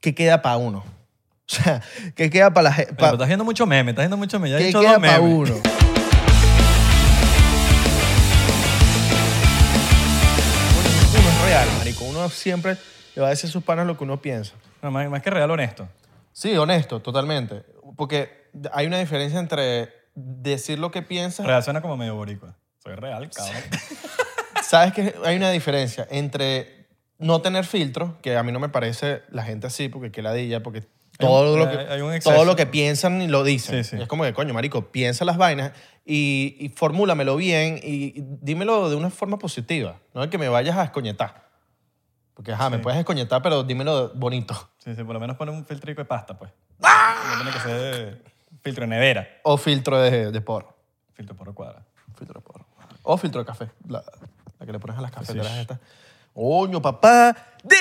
¿qué queda para uno? O sea, ¿qué queda para la gente? Pero estás haciendo mucho meme, estás haciendo mucho meme. Ya he ¿Qué hecho queda dos para memes. uno? Uno es real, marico. Uno siempre le va a decir a sus panas lo que uno piensa. No, más, más que real honesto. Sí, honesto, totalmente. Porque hay una diferencia entre decir lo que piensas. Real suena como medio boricua. Soy real, cabrón. Sabes que hay una diferencia entre no tener filtro, que a mí no me parece la gente así, porque qué ladilla, porque todo un- lo que, hay- hay un exceso. todo lo que piensan y lo dicen. Sí, sí. Y es como que, coño, marico, piensa las vainas y, y formúlamelo bien y, y dímelo de una forma positiva. No es que me vayas a escoñetar. Porque, ajá, me puedes escoñetar, pero dímelo bonito. Sí, sí, por lo menos pone un filtrico de pasta, pues. No tiene que ser filtro de nevera. O filtro de, de porro. Filtro por cuadra. Filtro de porro. O filtro de café. La, la que le pones a las cafeteras sí. estas. Oño, papá. Di-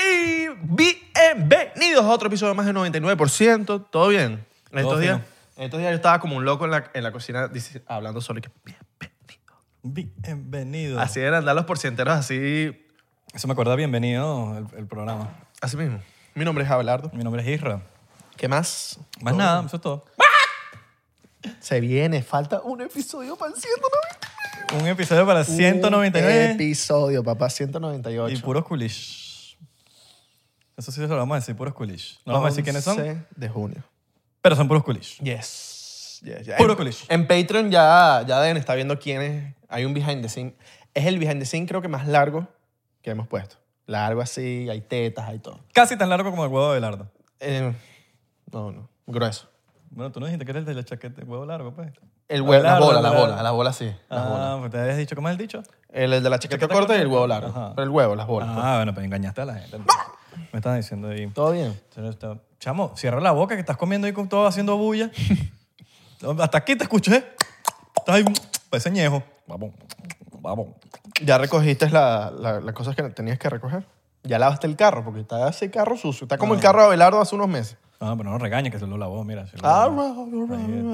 Bienvenidos a otro episodio más de 99%. ¿Todo bien? En estos, Todo días, fino. en estos días yo estaba como un loco en la, en la cocina dice- hablando solo. y que, bien. Bienvenido. Así eran andar los porcienteros así, Eso me acuerda a bienvenido el, el programa. así mismo. Mi nombre es Abelardo. Mi nombre es Isra. ¿Qué más? Más nada, eso es todo. Se viene. Falta un episodio para el 199. Un episodio para 199 episodio, papá. y 198. puros culish. Eso sí se lo vamos a decir, puros culish. No vamos a decir quiénes son, 11 de junio. pero son puros culish. Yes. Yes, yes. Puro En- colegio. En Patreon ya, ya deben estar viendo quién es. Hay un behind the scene. Es el behind the scene creo que más largo que hemos puesto. Largo así, hay tetas, hay todo. Casi tan largo como el huevo de Belardo. Eh, no, no. Grueso. Bueno, tú no dijiste que era el de la chaqueta, el huevo largo, pues. El huevo, las Largo, bolas, las largo. bolas, las bolas sí. las bolas. Ah, pues te habías dicho, ¿cómo es el dicho? El, el de la chaqueta corta y el huevo largo. Ajá. Pero el huevo, las bolas. Ah, bueno, pero engañaste a la gente. Me estás diciendo ahí. Todo bien. Pero está- Chamo, cierra la boca que estás comiendo ahí con todo haciendo bulla. Hasta aquí te escuché. Estás ahí, pues, parece ñejo. Vamos, vamos. Ya recogiste la- la- las cosas que tenías que recoger. Ya lavaste el carro, porque está ese carro sucio. Está como el carro de Abelardo hace unos meses. No, Ah, pero no regañes que se lo lavó, mira. se lo Ah, lavó.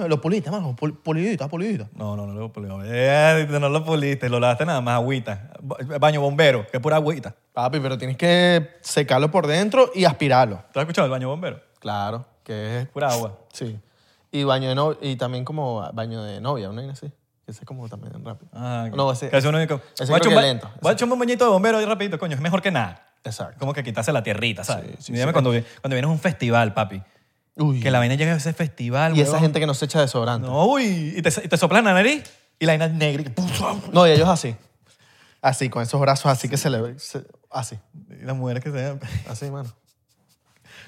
lo puliste, mano. pul- Pulidito, ah, pulidito. No, no, no lo puliste. Eh, no lo puliste, lo lavaste nada más, agüita. Ba- Baño bombero, que pura agüita. Papi, pero tienes que secarlo por dentro y aspirarlo. ¿Tú has escuchado el baño bombero? Claro, que es... Pura agua. Sí. Y baño de novia, y también como baño de novia, una vaina así. Ese es como también rápido. Ah, que- no, ese... que hace uno y como, ese voy a creo que chumbar- lento. Voy a echar un bañito de bombero ahí rapidito, coño, es mejor que nada. Exacto. Como que quitarse la tierrita, ¿sabes? Sí, sí, Dígame cuando, vi- cuando vienes a un festival, papi. Uy. Que la vaina llega a ese festival, y esa huevón. gente que no se echa desodorante. No, No, uy, y te, y te soplan la nariz y la vaina negra. y ¡pum! y ellos así. Así, con esos brazos así que se le ve... se- así. Y las mujeres que se ven. Así, mano.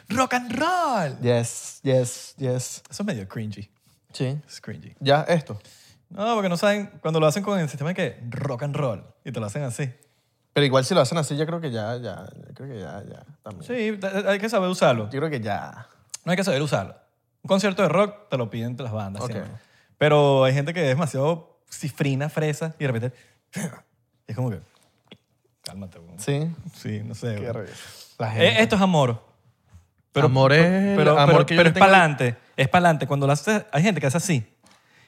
¡Rock and roll! Yes, yes, yes. Eso es medio cringy. Sí. Es cringy. Ya, esto. No, porque no saben, cuando lo hacen con el sistema de que rock and roll y te lo hacen así. Pero igual si lo hacen así, yo creo que ya, ya, yo creo que ya, ya, también. Sí, da- da- hay que saber usarlo. Yo creo que ya. No hay que saber usarlo. Un concierto de rock te lo piden las bandas. Ok. siempre. Pero hay gente que es demasiado cifrina, fresa y de repente. Es como que. Cálmate, weón. Sí. Sí, no sé. Qué weón. re- La Eh, esto es amor. Amor es- pero, amor pero- que yo pero le es tengo- para adelante. Es para adelante. Cuando lo haces, hay gente que hace así.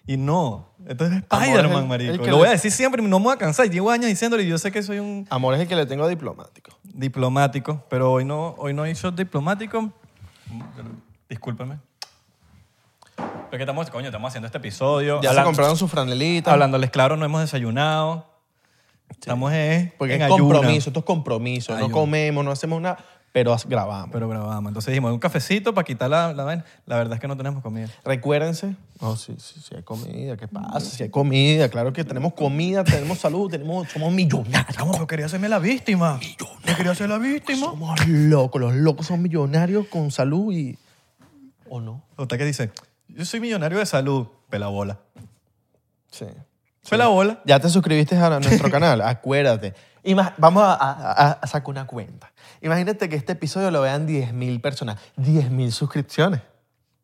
Y no. Entonces es Amor es Spider-Man, el- marico. el que lo le- voy a decir siempre. No me voy a cansar. Llevo años diciéndole y yo sé que soy un Amor es el que le tengo diplomático. diplomático. Pero hoy no, hoy no hizo diplomático. Discúlpame. Pero que estamos, coño, estamos haciendo este episodio. Ya se Hablan- compraron su franelita. Hablándoles claro, no hemos desayunado. Estamos eh, porque en es ayuna. compromiso, esto es compromiso. No comemos, no hacemos nada, pero as- grabamos. Pero grabamos. Entonces dijimos, un cafecito para quitar la, la vaina. La verdad es que no tenemos comida. Recuérdense. No, sí, sí, sí hay comida, ¿qué pasa? Si hay comida, claro que tenemos comida, tenemos salud, tenemos, somos millonarios. Yo quería hacerme la víctima. Yo quería ser la víctima. Somos locos, los locos son millonarios con salud y. ¿O no? Usted que dice, yo soy millonario de salud. Pela bola. Sí. Pela bola. Ya te suscribiste a nuestro canal, acuérdate. Ima- vamos a, a- a- a sacar una cuenta. Imagínate que este episodio lo vean 10.000 personas, 10.000 suscripciones.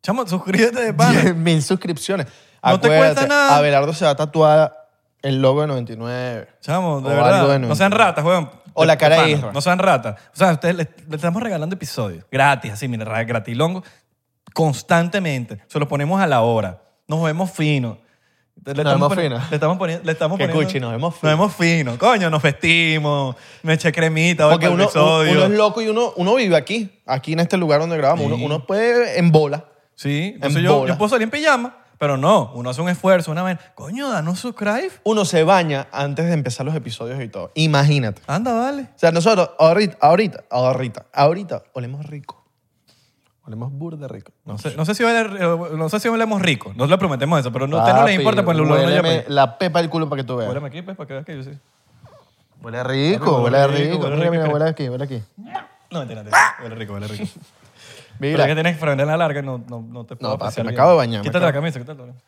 Chamo, suscríbete de pana. 10 mil suscripciones. No te Acuérdate, cuesta nada. Abelardo se va a tatuar el logo de 99. Chamo, de O algo verdad. de no sean ratas, weón. O la cara de pana, Isra. No sean ratas. O sea, ustedes les- les estamos regalando episodios gratis, así, mira, ra- gratilongo, constantemente. Se los ponemos a la hora. Nos vemos finos. Le Nos vemos poni- fino. Le estamos poniendo. Le estamos Qué poniendo- cuchi, nos vemos fino. Nos vemos fino. Coño, nos vestimos. Me eché cremita. hoy Porque para el uno, episodio. uno es loco y uno, uno vive aquí, aquí en este lugar donde grabamos. Uno, Sí. uno puede en bola. Sí, entonces en yo, bola. yo puedo salir en pijama, pero no. Uno hace un esfuerzo, una vez. Coño, danos subscribe. Uno se baña antes de empezar los episodios y todo. Imagínate. Anda, vale. O sea, nosotros ahorita, ahorita, ahorita, ahorita olemos rico. Olemos burda rico. No sé, no sé si huele, eh, no sé si olemos rico. No le prometemos eso, pero no, a usted no le Papi, importa pues, ponerlo luego. huéleme Huéleme la pepa del culo para que tú veas. aquí, pues, para que veas que yo sí. Huele rico, huele rico. huele Mira, mira, rico, espera. huele aquí, huele aquí. No, mentira, mentira. Huele rico, huele rico. Pero es que Ah. Mira. tienes que la larga, no, no, no te puedo papi, apreciar me bien. acabo de bañar, me Quítate la acabo- camisa, quítate la camisa.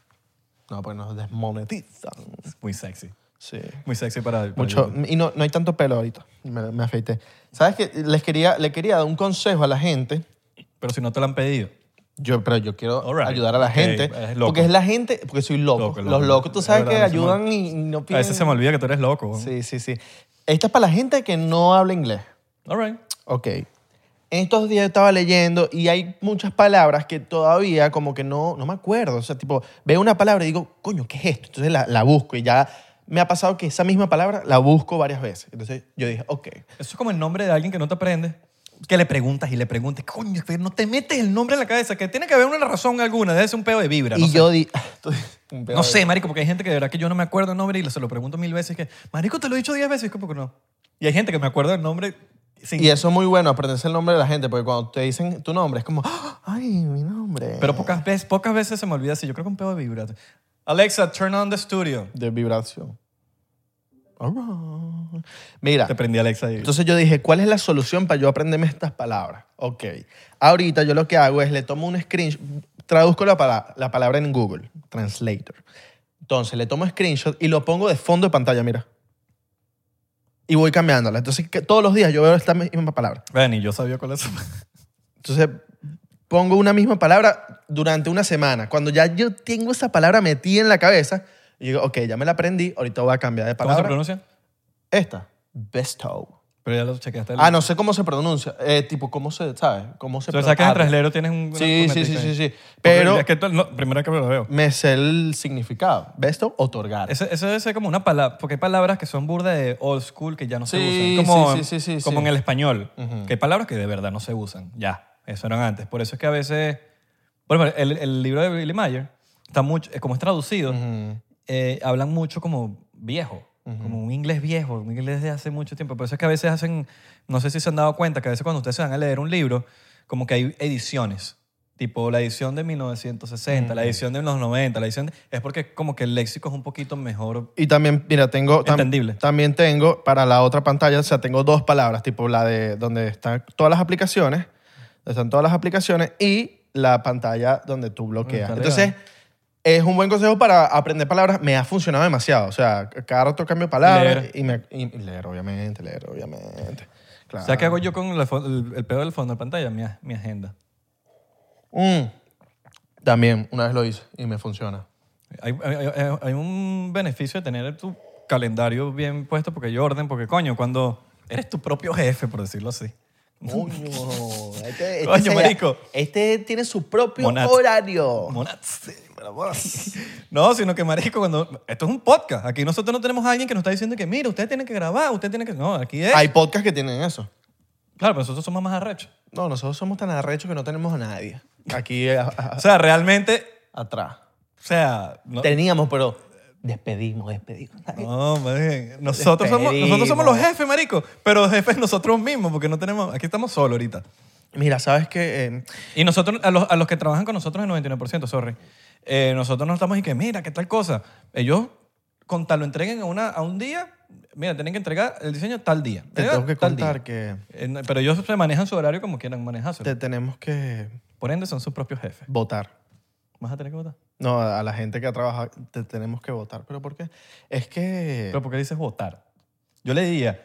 No, pues nos desmonetizan. Es Muy sexy. Sí. Muy sexy para, para Mucho, YouTube. y no, no hay tanto pelo ahorita. Me, me afeité. ¿Sabes qué? Les quería, le quería dar un consejo a la gente. Pero si no te lo han pedido. Yo, pero yo quiero All right. ayudar a la Ok, gente. es loco. Porque es la gente, porque soy loco. Loco, loco. Los locos, tú sabes Es que verdad, no se ayudan y y no A piden. veces se me olvida que tú eres loco. weón. Sí, sí, sí. Esta es para la gente que no habla inglés. All right. Ok. En estos días yo estaba leyendo y hay muchas palabras que todavía como que no, no me acuerdo. O sea, tipo, veo una palabra y digo, coño, ¿qué es esto? Entonces la, la busco y ya me ha pasado que esa misma palabra la busco varias veces. Entonces yo dije, ok. Eso es como el nombre de alguien que no te aprende. Que le preguntas y le preguntas, coño, que no te metes el nombre en la cabeza, que tiene que haber una razón alguna, debe ser un peo de vibra. no y sé. yo di... ah, Un pedo No de- sé, marico, porque hay gente que de verdad que yo no me acuerdo el nombre y se lo pregunto mil veces que, marico, te lo he dicho diez veces, ¿cómo que no? Y hay gente que me acuerda el nombre sin... Y eso es muy bueno, aprenderse el nombre de la gente, porque cuando te dicen tu nombre es como, "Ah, ay, mi nombre. Pero pocas veces, pocas veces se me olvida así. Yo creo que un pedo de vibra. Alexa, turn on the studio. De vibración. Alright. Mira, Te prendí Alexa ahí. entonces yo dije, ¿cuál es la solución para yo aprenderme estas palabras? Ok. Ahorita yo lo que hago es le tomo un screenshot, traduzco la, pala- la palabra en Google, Translator. Entonces le tomo screenshot y lo pongo de fondo de pantalla, mira. Y voy cambiándola. Entonces que todos los días yo veo esta misma palabra. Ven, y yo sabía cuál es. Entonces, pongo una misma palabra durante una semana. Cuando ya yo tengo esa palabra metida en la cabeza, yo digo, ok, ya me la aprendí, ahorita voy a cambiar de ¿Cómo se palabra. pronuncia? Esta, bestow. Pero ya lo chequeaste. Ah, no sé cómo se pronuncia. Eh, tipo, ¿cómo se, sabes? ¿Cómo se O sea, sacas el habla? traslero, tienes un... ah, Sí, una sí, sí, fonética sí, ahí. sí. Porque Pero Es que tú- no, primera vez que lo veo. me sé el significado. Bestow, otorgar. Eso, eso debe ser como una palabra, porque hay palabras que son burda de old school que ya no Sí, se usan. Como, sí, sí, sí, sí, como sí. en el español, que hay palabras que de verdad no se usan. Ya, eso eran antes. Por eso es que a veces, bueno, el, el libro de Billy Mayer, está mucho, eh, como es traducido, eh, hablan mucho como viejo, como un inglés viejo, un inglés de hace mucho tiempo. Por eso es que a veces hacen, no sé si se han dado cuenta, que a veces cuando ustedes se van a leer un libro, como que hay ediciones. Tipo la edición de 1960, la edición de los 90, la edición de- Es porque como que el léxico es un poquito mejor Y también, mira, tengo... tam- Entendible. También tengo para la otra pantalla, o sea, tengo dos palabras, tipo la de donde están todas las aplicaciones, donde están todas las aplicaciones y la pantalla donde tú bloqueas. Está arriba, Entonces, es un buen consejo para aprender palabras. Me ha funcionado demasiado. O sea, cada rato cambio palabras Leer. y, me, y- y leer, obviamente, leer, obviamente. Claro. O sea, ¿qué hago yo con la fo- el, el pedo del fondo de pantalla? Mi, a- mi agenda. Mm. También, una vez lo hice y me funciona. Hay, hay- hay- hay un beneficio de tener tu calendario bien puesto porque hay orden, porque coño, cuando eres tu propio jefe, por decirlo así. Coño, este, Coño, marico. este tiene su propio Monat. horario. Monats. No, sino que marico, cuando... Esto es un podcast. Aquí nosotros no tenemos a alguien que nos está diciendo que, mira, ustedes tienen que grabar, ustedes tienen que... No, aquí es... ¿Eh? Hay podcasts que tienen eso. Claro, pero nosotros somos más arrechos. No, nosotros somos tan arrechos que no tenemos a nadie. Aquí eh, a- a- O sea, realmente... atrás. O sea... no- Teníamos, pero despedimos, despedimos. No, marico. nosotros somos, nosotros somos los jefes, marico. Pero jefes nosotros mismos, porque no tenemos... Aquí estamos solos ahorita. Mira, ¿sabes qué? Eh, Y nosotros, a los, a los que trabajan con nosotros, el 99%, sorry, eh, nosotros no estamos y que, mira, qué tal cosa. Ellos, con tal lo entreguen a, una, a un día, mira, tienen que entregar el diseño tal día. te entregar tengo que Eh, tal contar día. que Eh, no, pero ellos se manejan su horario como quieran manejarse. te tenemos que Por ende, son sus propios jefes. votar. Vas a tener que votar. No, a la gente que ha trabajado, te tenemos que votar. ¿Pero por qué? Es que... Pero ¿por qué dices votar? Yo le diría,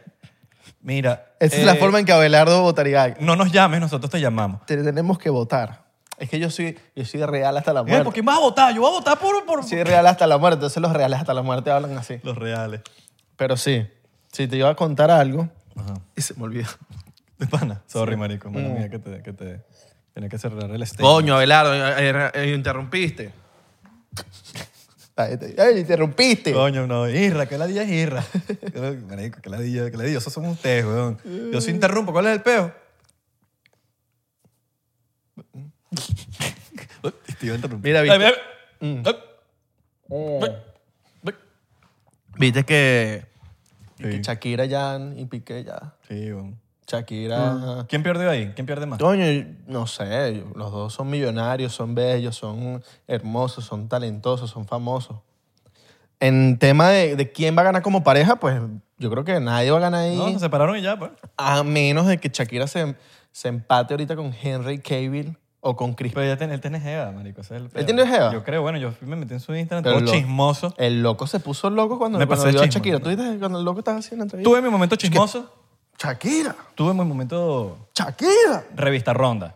mira, esa eh, es la forma en que Abelardo votaría. no nos llames, nosotros te llamamos. Te tenemos que votar. Es que yo soy, yo soy real hasta la Eh, muerte. ¿Por quién vas a votar? Yo voy a votar por... por... Soy real hasta la muerte. Entonces los reales hasta la muerte hablan así. Los reales. Pero sí, si te iba a contar algo... Ajá. Y se me olvidó. De pana. Sorry, marico. Mm. Mala mía que te... Que te... Tenía que cerrar el stage. eh, Coño, Abelardo, eh, eh, eh, interrumpiste. Ay, interrumpiste. Coño, no, irra, que ladilla es irra. Marico, que ladilla, que ladilla, esos son ustedes, weón. Yo sí interrumpo, ¿cuál es el peo? Uy, Te iba a interrumpir. Mira, Ay, viste. ay, ay. Mm. Ay, Viste que, ay. que Shakira ya y Piqué ya. Sí, weón. Shakira. ¿Quién pierde ahí? ¿Quién pierde más? Coño, no sé, los dos son millonarios, son bellos, son hermosos, son talentosos, son famosos. En tema de, de quién va a ganar como pareja, pues yo creo que nadie va a ganar ahí, No, se separaron y ya, pues. a menos de que Shakira se, se empate ahorita con Henry Cavill o con Chris Pero ya ten- él tiene jeva, marico. ese es el peo. tiene jeva? Yo creo, bueno, yo me metí en su Instagram, Pero todo lo- chismoso. El loco se puso loco cuando, Me cuando pasé vio a chisme. Shakira. ¿Tú viste cuando el loco estaba haciendo entrevista? Tuve mi momento chismoso, ¡Shakira! tuve mi momento ¡Shakira! revista ronda.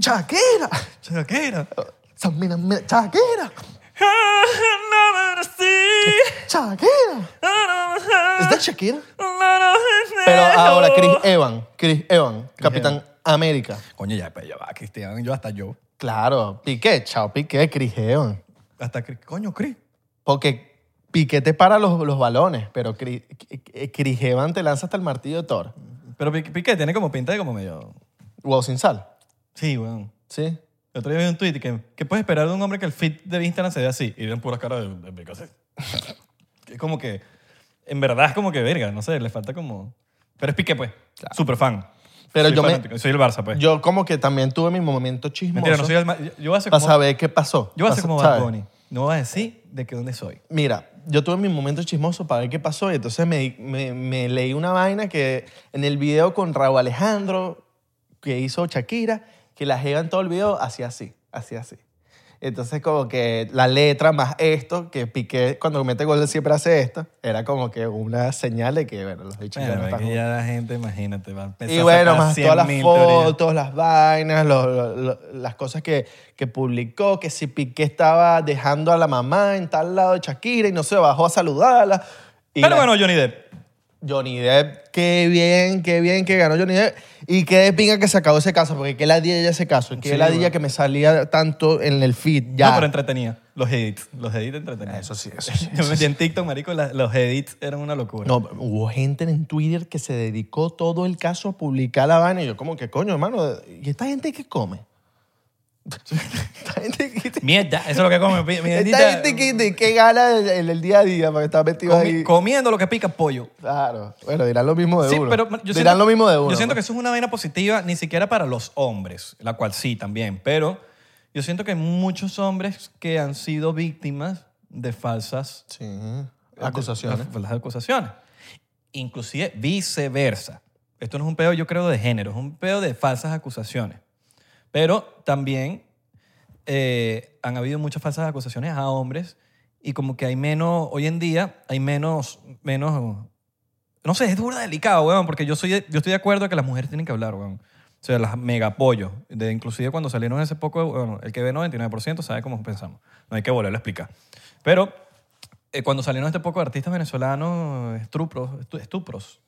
¡Shakira! ¿Qué era? Esas minas, mira, ¡Shakira! ¡Shakira! ¿Es de Shakira? Pero ahora Chris Evan, Chris Evan, Capitán América. Coño, ya, pues, ya va, Cristian, yo hasta yo. Claro, Piqué, chao Piqué, Chris Evan. Hasta, Cri- coño, Cris. Porque Piqué te para los, los balones, pero Chris, eh, Chris Evan te lanza hasta el martillo de Thor. Pero Pi- Piqué tiene como pinta de como medio... Wow, sin sal, Sí, weón. ¿sí? El otro día vi un tweet que, ¿qué puedes esperar de un hombre que el feed de Instagram se ve así? Y ven puras caras de, de Piqué así. Que Es como que, en verdad es como que verga, no sé, le falta como... Pero es Piqué, pues. Super fan. Pero soy yo me- fanático, Soy el Barça, pues. Yo como que también tuve mi momento chismoso Mentira, no soy el... ma- Yo, yo hace para como... saber qué pasó. Yo voy a hacer Para- como Bad ¿sabes? Bunny. No voy a decir de que dónde soy. Mira, yo tuve mi momento chismoso para ver qué pasó y entonces me, me- me leí una vaina que en el video con Raúl Alejandro que hizo Shakira, que la jeva en todo el video hacía así, hacía así. Entonces como que la letra más esto, que Piqué cuando mete gol siempre hace esto, era como que una señal de que, bueno, los bichos ya no Bueno, es están que ya la gente, imagínate, va a empezar y a bueno, sacar más todas las 100.000 teorías. fotos, las vainas, lo- lo- lo- las cosas que, que publicó, que si Piqué estaba dejando a la mamá en tal lado de Shakira y no se bajó a saludarla. Y Pero la- bueno, Johnny Depp. Johnny Depp, qué bien, qué bien que ganó Johnny Depp. Y qué de pinga que se acabó ese caso, porque qué ladilla ya ese caso, qué Sí, ladilla bueno. que me salía tanto en el feed ya. No, pero entretenía. Los edits. Los edits entretenían. Eso sí, eso sí. Yo me metí en TikTok, marico, la- los edits eran una locura. No, hubo gente en Twitter que se dedicó todo el caso a publicar la vaina y yo como que, coño, hermano, ¿y esta gente qué come? esta gente que... Mierda, eso es lo que come. pi- Esta Mierdita. gente que, de qué gana en el, el día a día porque está metido Comi- ahí. comiendo lo que pica pollo. Claro. Bueno, dirán lo mismo de Sí, uno. pero yo dirán siento- lo mismo de uno. Yo siento que eso es una vaina positiva, ni siquiera para los hombres, la cual sí también, pero yo siento que hay muchos hombres que han sido víctimas de falsas Sí. Acusaciones. Las, las acusaciones. Inclusive viceversa. Esto no es un peo, yo creo, de género, es un peo de falsas acusaciones. Pero también eh, han habido muchas falsas acusaciones a hombres y como que hay menos, hoy en día hay menos, menos, no sé, es dura delicado, weón, porque yo, soy, de- yo estoy de acuerdo que las mujeres tienen que hablar, weón. O sea, las mega apoyo. De, inclusive cuando salieron hace poco, bueno, el que ve 99% sabe cómo pensamos. No hay que volverlo a explicar. Pero eh, cuando salieron este poco de artistas venezolanos, estupros, estu- estupros,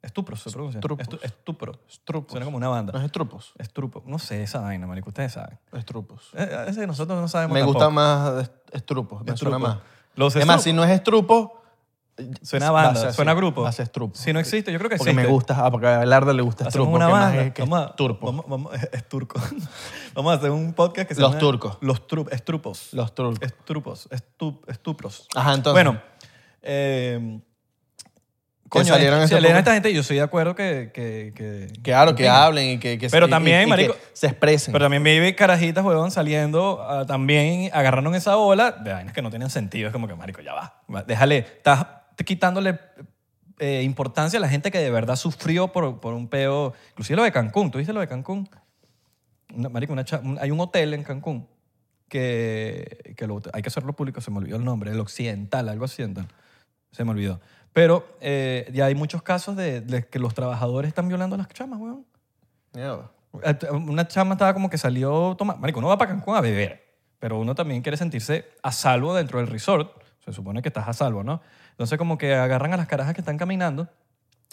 estupros se pronuncia. Estrupos. Estu- estupro. Estrupos. Suena como una banda. No es estrupos. Estrupo. No sé esa vaina, marico. Ustedes saben. Estrupos. Eh, A veces nosotros no sabemos Me tampoco. gusta más de est- estrupos. Me suena Estrupo. más. Los Es más, estrupos. si no es estrupos. Suena a banda, va a ser suena a así, grupo. va a ser estrupos. Si no existe, yo creo que Porque existe. me gusta. Ah, porque a Belarda le gusta Hacemos estrupos. una que más banda. es que vamos, a, turpo. Vamos, vamos- es turco. vamos a hacer un podcast que se Los llama turcos. Los Turcos. Estrupos. Los turcos. Estrupos. estu- estupros. Ajá, entonces. Bueno, eh, coño, salieron eh, este poco- salieron esta gente, yo estoy de acuerdo que... que, que- Claro, que opinen. hablen y que, que se- Pero y- también, y que marico- se expresen. Pero también vi carajitas, huevón, saliendo, ah, también agarraron esa ola de vainas que no tenían sentido. Es como que, marico, ya va. va, Déjale, estás quitándole eh, importancia a la gente que de verdad sufrió por, por un peo. Inclusive lo de Cancún, ¿tú viste lo de Cancún? Una- marico, una cha- un- hay un hotel en Cancún que, que lo- hay que hacerlo público, se me olvidó el nombre, el occidental, algo occidental. Se me olvidó. Pero eh, ya hay muchos casos de, de que los trabajadores están violando a las chamas, huevón. Mierda. Una chama estaba como que salió tomar. Marico, uno va para Cancún a beber, pero uno también quiere sentirse a salvo dentro del resort. Se supone que estás a salvo, ¿no? Entonces, como que agarran a las carajas que están caminando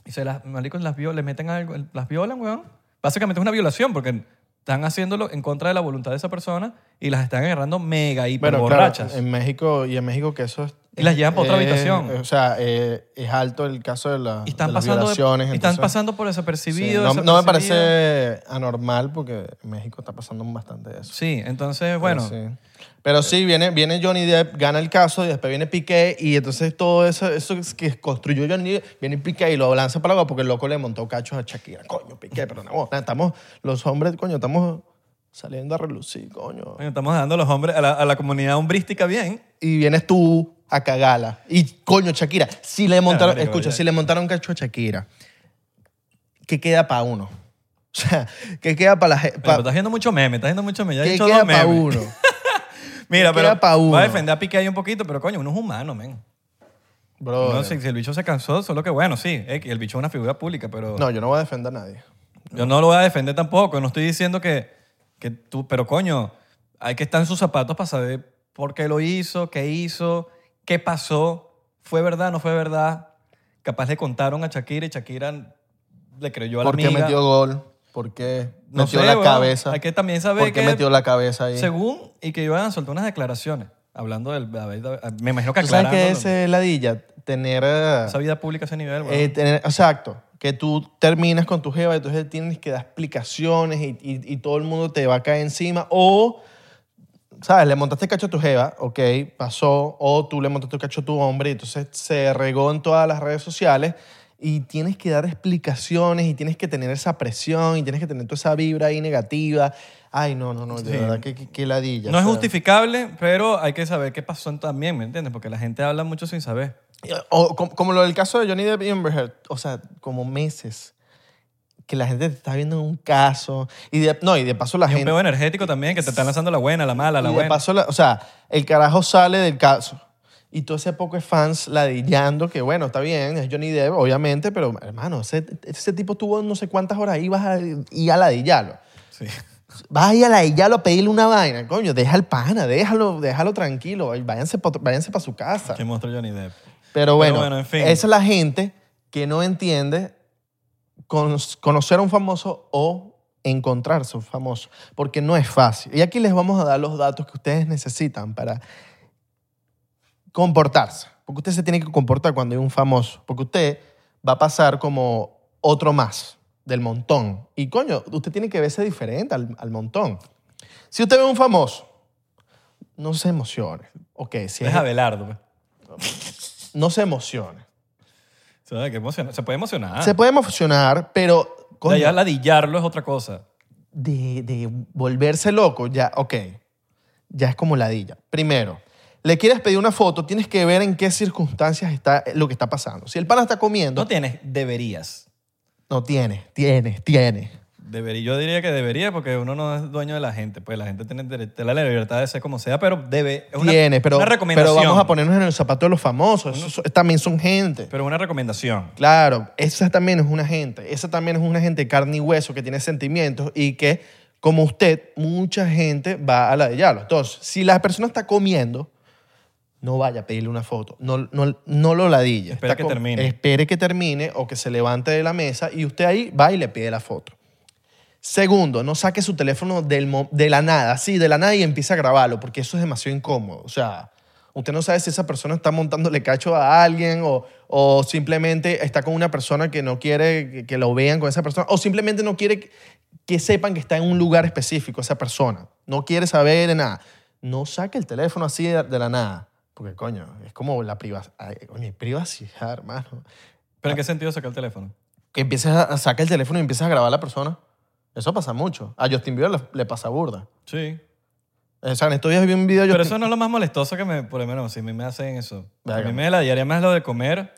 y se las, marico, las vio- le meten algo, las violan, weón. Básicamente es una violación porque están haciéndolo en contra de la voluntad de esa persona y las están agarrando mega hiper Bueno, claro, borrachas. en México y en México que eso es- Y las llevan pa' es- otra habitación. O sea, eh, es alto el caso de, la, y están de las pasando, de- violaciones. y están entonces- pasando por Sí, desapercibido. no, no me desapercibido. parece anormal porque en México está pasando bastante de eso. Sí, entonces, bueno. Pero Pues sí, Pero sí, viene, viene Johnny Depp, gana el caso y después viene Piqué y entonces todo eso, eso que construyó Johnny Depp, viene Piqué y lo lanza para agua porque el loco le montó cachos a Shakira. Coño, Piqué, pero no, estamos, los hombres, coño, estamos saliendo a relucir, coño. Bueno, Estamos dando a los hombres, a la, a la comunidad hombrística bien. Y vienes tú a cagarla. Y coño, Shakira, si le montaron, marico, escucha, ya. si le montaron cacho a Shakira, ¿qué queda para uno? O sea, ¿qué queda para la gente? Pero estás haciendo mucho meme, estás haciendo mucho meme. Ya he ¿Qué dicho queda dos para memes. uno? Mira, queda pero pa' uno. va a defender a Piqué ahí un poquito, pero coño, uno es humano, men. Bro. No sé si el bicho se cansó, solo que bueno, sí, eh, que el bicho es una figura pública, pero No, yo no voy a defender a nadie. yo no lo voy a defender tampoco. No estoy diciendo que, que tú, pero coño, hay que estar en sus zapatos para saber por qué lo hizo, qué hizo, qué pasó, fue verdad, no fue verdad. Capaz le contaron a Shakira y Shakira le creyó a la ¿Por qué amiga. metió gol? ¿Por qué No metió sé, la weón. cabeza? Hay que también saber ¿Por qué que- metió la cabeza ahí? Según, y que iban a soltar unas declaraciones, hablando del... a ver, a- me imagino que ¿Tú sabes aclarando qué es eh, ladilla? Tener, eh, esa vida pública a ese nivel, weón. eh, tener- Exacto. Que tú terminas con tu jeva y entonces tienes que dar explicaciones y, y- y todo el mundo te va a caer encima. O, ¿sabes? Le montaste cacho a tu jeva, ok, pasó. O tú le montaste cacho a tu hombre y entonces se regó en todas las redes sociales. Y tienes que dar explicaciones y tienes que tener esa presión y tienes que tener toda esa vibra ahí negativa. Ay, no, no, no, de Sí. verdad, que, que- que ladilla. No o es sea. justificable, pero hay que saber qué pasó también, ¿me entiendes? Porque la gente habla mucho sin saber. Eh, O, como, como lo del caso de Johnny Depp y Amber Heard, o sea, como meses que la gente te está viendo un caso y de, no, y de paso la Es un gente peo energético también, que te están lanzando la buena, la mala, la y de buena. paso la- o sea, el carajo sale del caso y todo ese poco de fans ladillando que bueno, está bien, es Johnny Depp obviamente, pero hermano, ese, ese tipo tuvo no sé cuántas horas ahí vas a ir a ladillarlo. Sí. Vas a ir a ladillarlo a pedirle una vaina, coño, deja el pana, déjalo, déjalo tranquilo, y váyanse para váyanse pa su casa. Qué monstruo Johnny Depp. Pero bueno, bueno, en fin. esa es la gente que no entiende con- conocer a un famoso o encontrarse un famoso, porque no es fácil. Y aquí les vamos a dar los datos que ustedes necesitan para comportarse, porque usted se tiene que comportar cuando hay un famoso, porque usted va a pasar como otro más del montón. Y coño, usted tiene que verse diferente al, al montón. Si usted ve un famoso, no se emocione. Ok, si Es es, Abelardo. pues. no se emocione. O sea, que emociona- Se puede emocionar. Se puede emocionar, pero O coño, sea, Ah. ya ladillarlo es otra cosa. de, de volverse loco, ya, ok, ya es como ladilla. Primero, le quieres pedir una foto, tienes que ver en qué circunstancias está lo que está pasando. Si el pana está comiendo, No no, tienes, deberías. tiene, tiene, tiene. Debería, yo diría que debería porque uno no es dueño de la gente. Pues la gente tiene, dere- tiene la libertad de ser como sea, pero debe. Es una, tiene, pero, una pero recomendación. vamos a ponernos en el zapato de los famosos. Esos son- también son gente. Pero una recomendación. Claro, esa también es una gente. Esa también es una gente de carne y hueso que tiene sentimientos y que, como usted, mucha gente va a ladillarlo. Entonces, si la persona está comiendo, no vaya a pedirle una foto. No, no, no lo ladilla. Espera Está que com- termine. Espere que termine o que se levante de la mesa y usted ahí va y le pide la foto. Segundo, no saque su teléfono del mo- de la nada, así, de la nada y empiece a grabarlo, porque eso es demasiado incómodo. O sea, usted no sabe si esa persona está montándole cacho a alguien o, o simplemente está con una persona que no quiere que, que lo vean con esa persona o simplemente no quiere que, que sepan que está en un lugar específico esa persona. No quiere saber de nada. No saque el teléfono así de, de la nada, porque coño, es como la privacidad. Coño, privacidad, hermano. ¿Pero en qué sentido sacar el teléfono? Que empieces a, a sacar el teléfono y empiezas a grabar a la persona. Eso pasa mucho. A Justin Bieber le, le pasa burda. Sí. O sea, en estos días vi un video de Pero Justin- eso no es lo más molestoso que me, por lo menos, si a mí me hacen eso. A Verga. mí me la diaria más lo de comer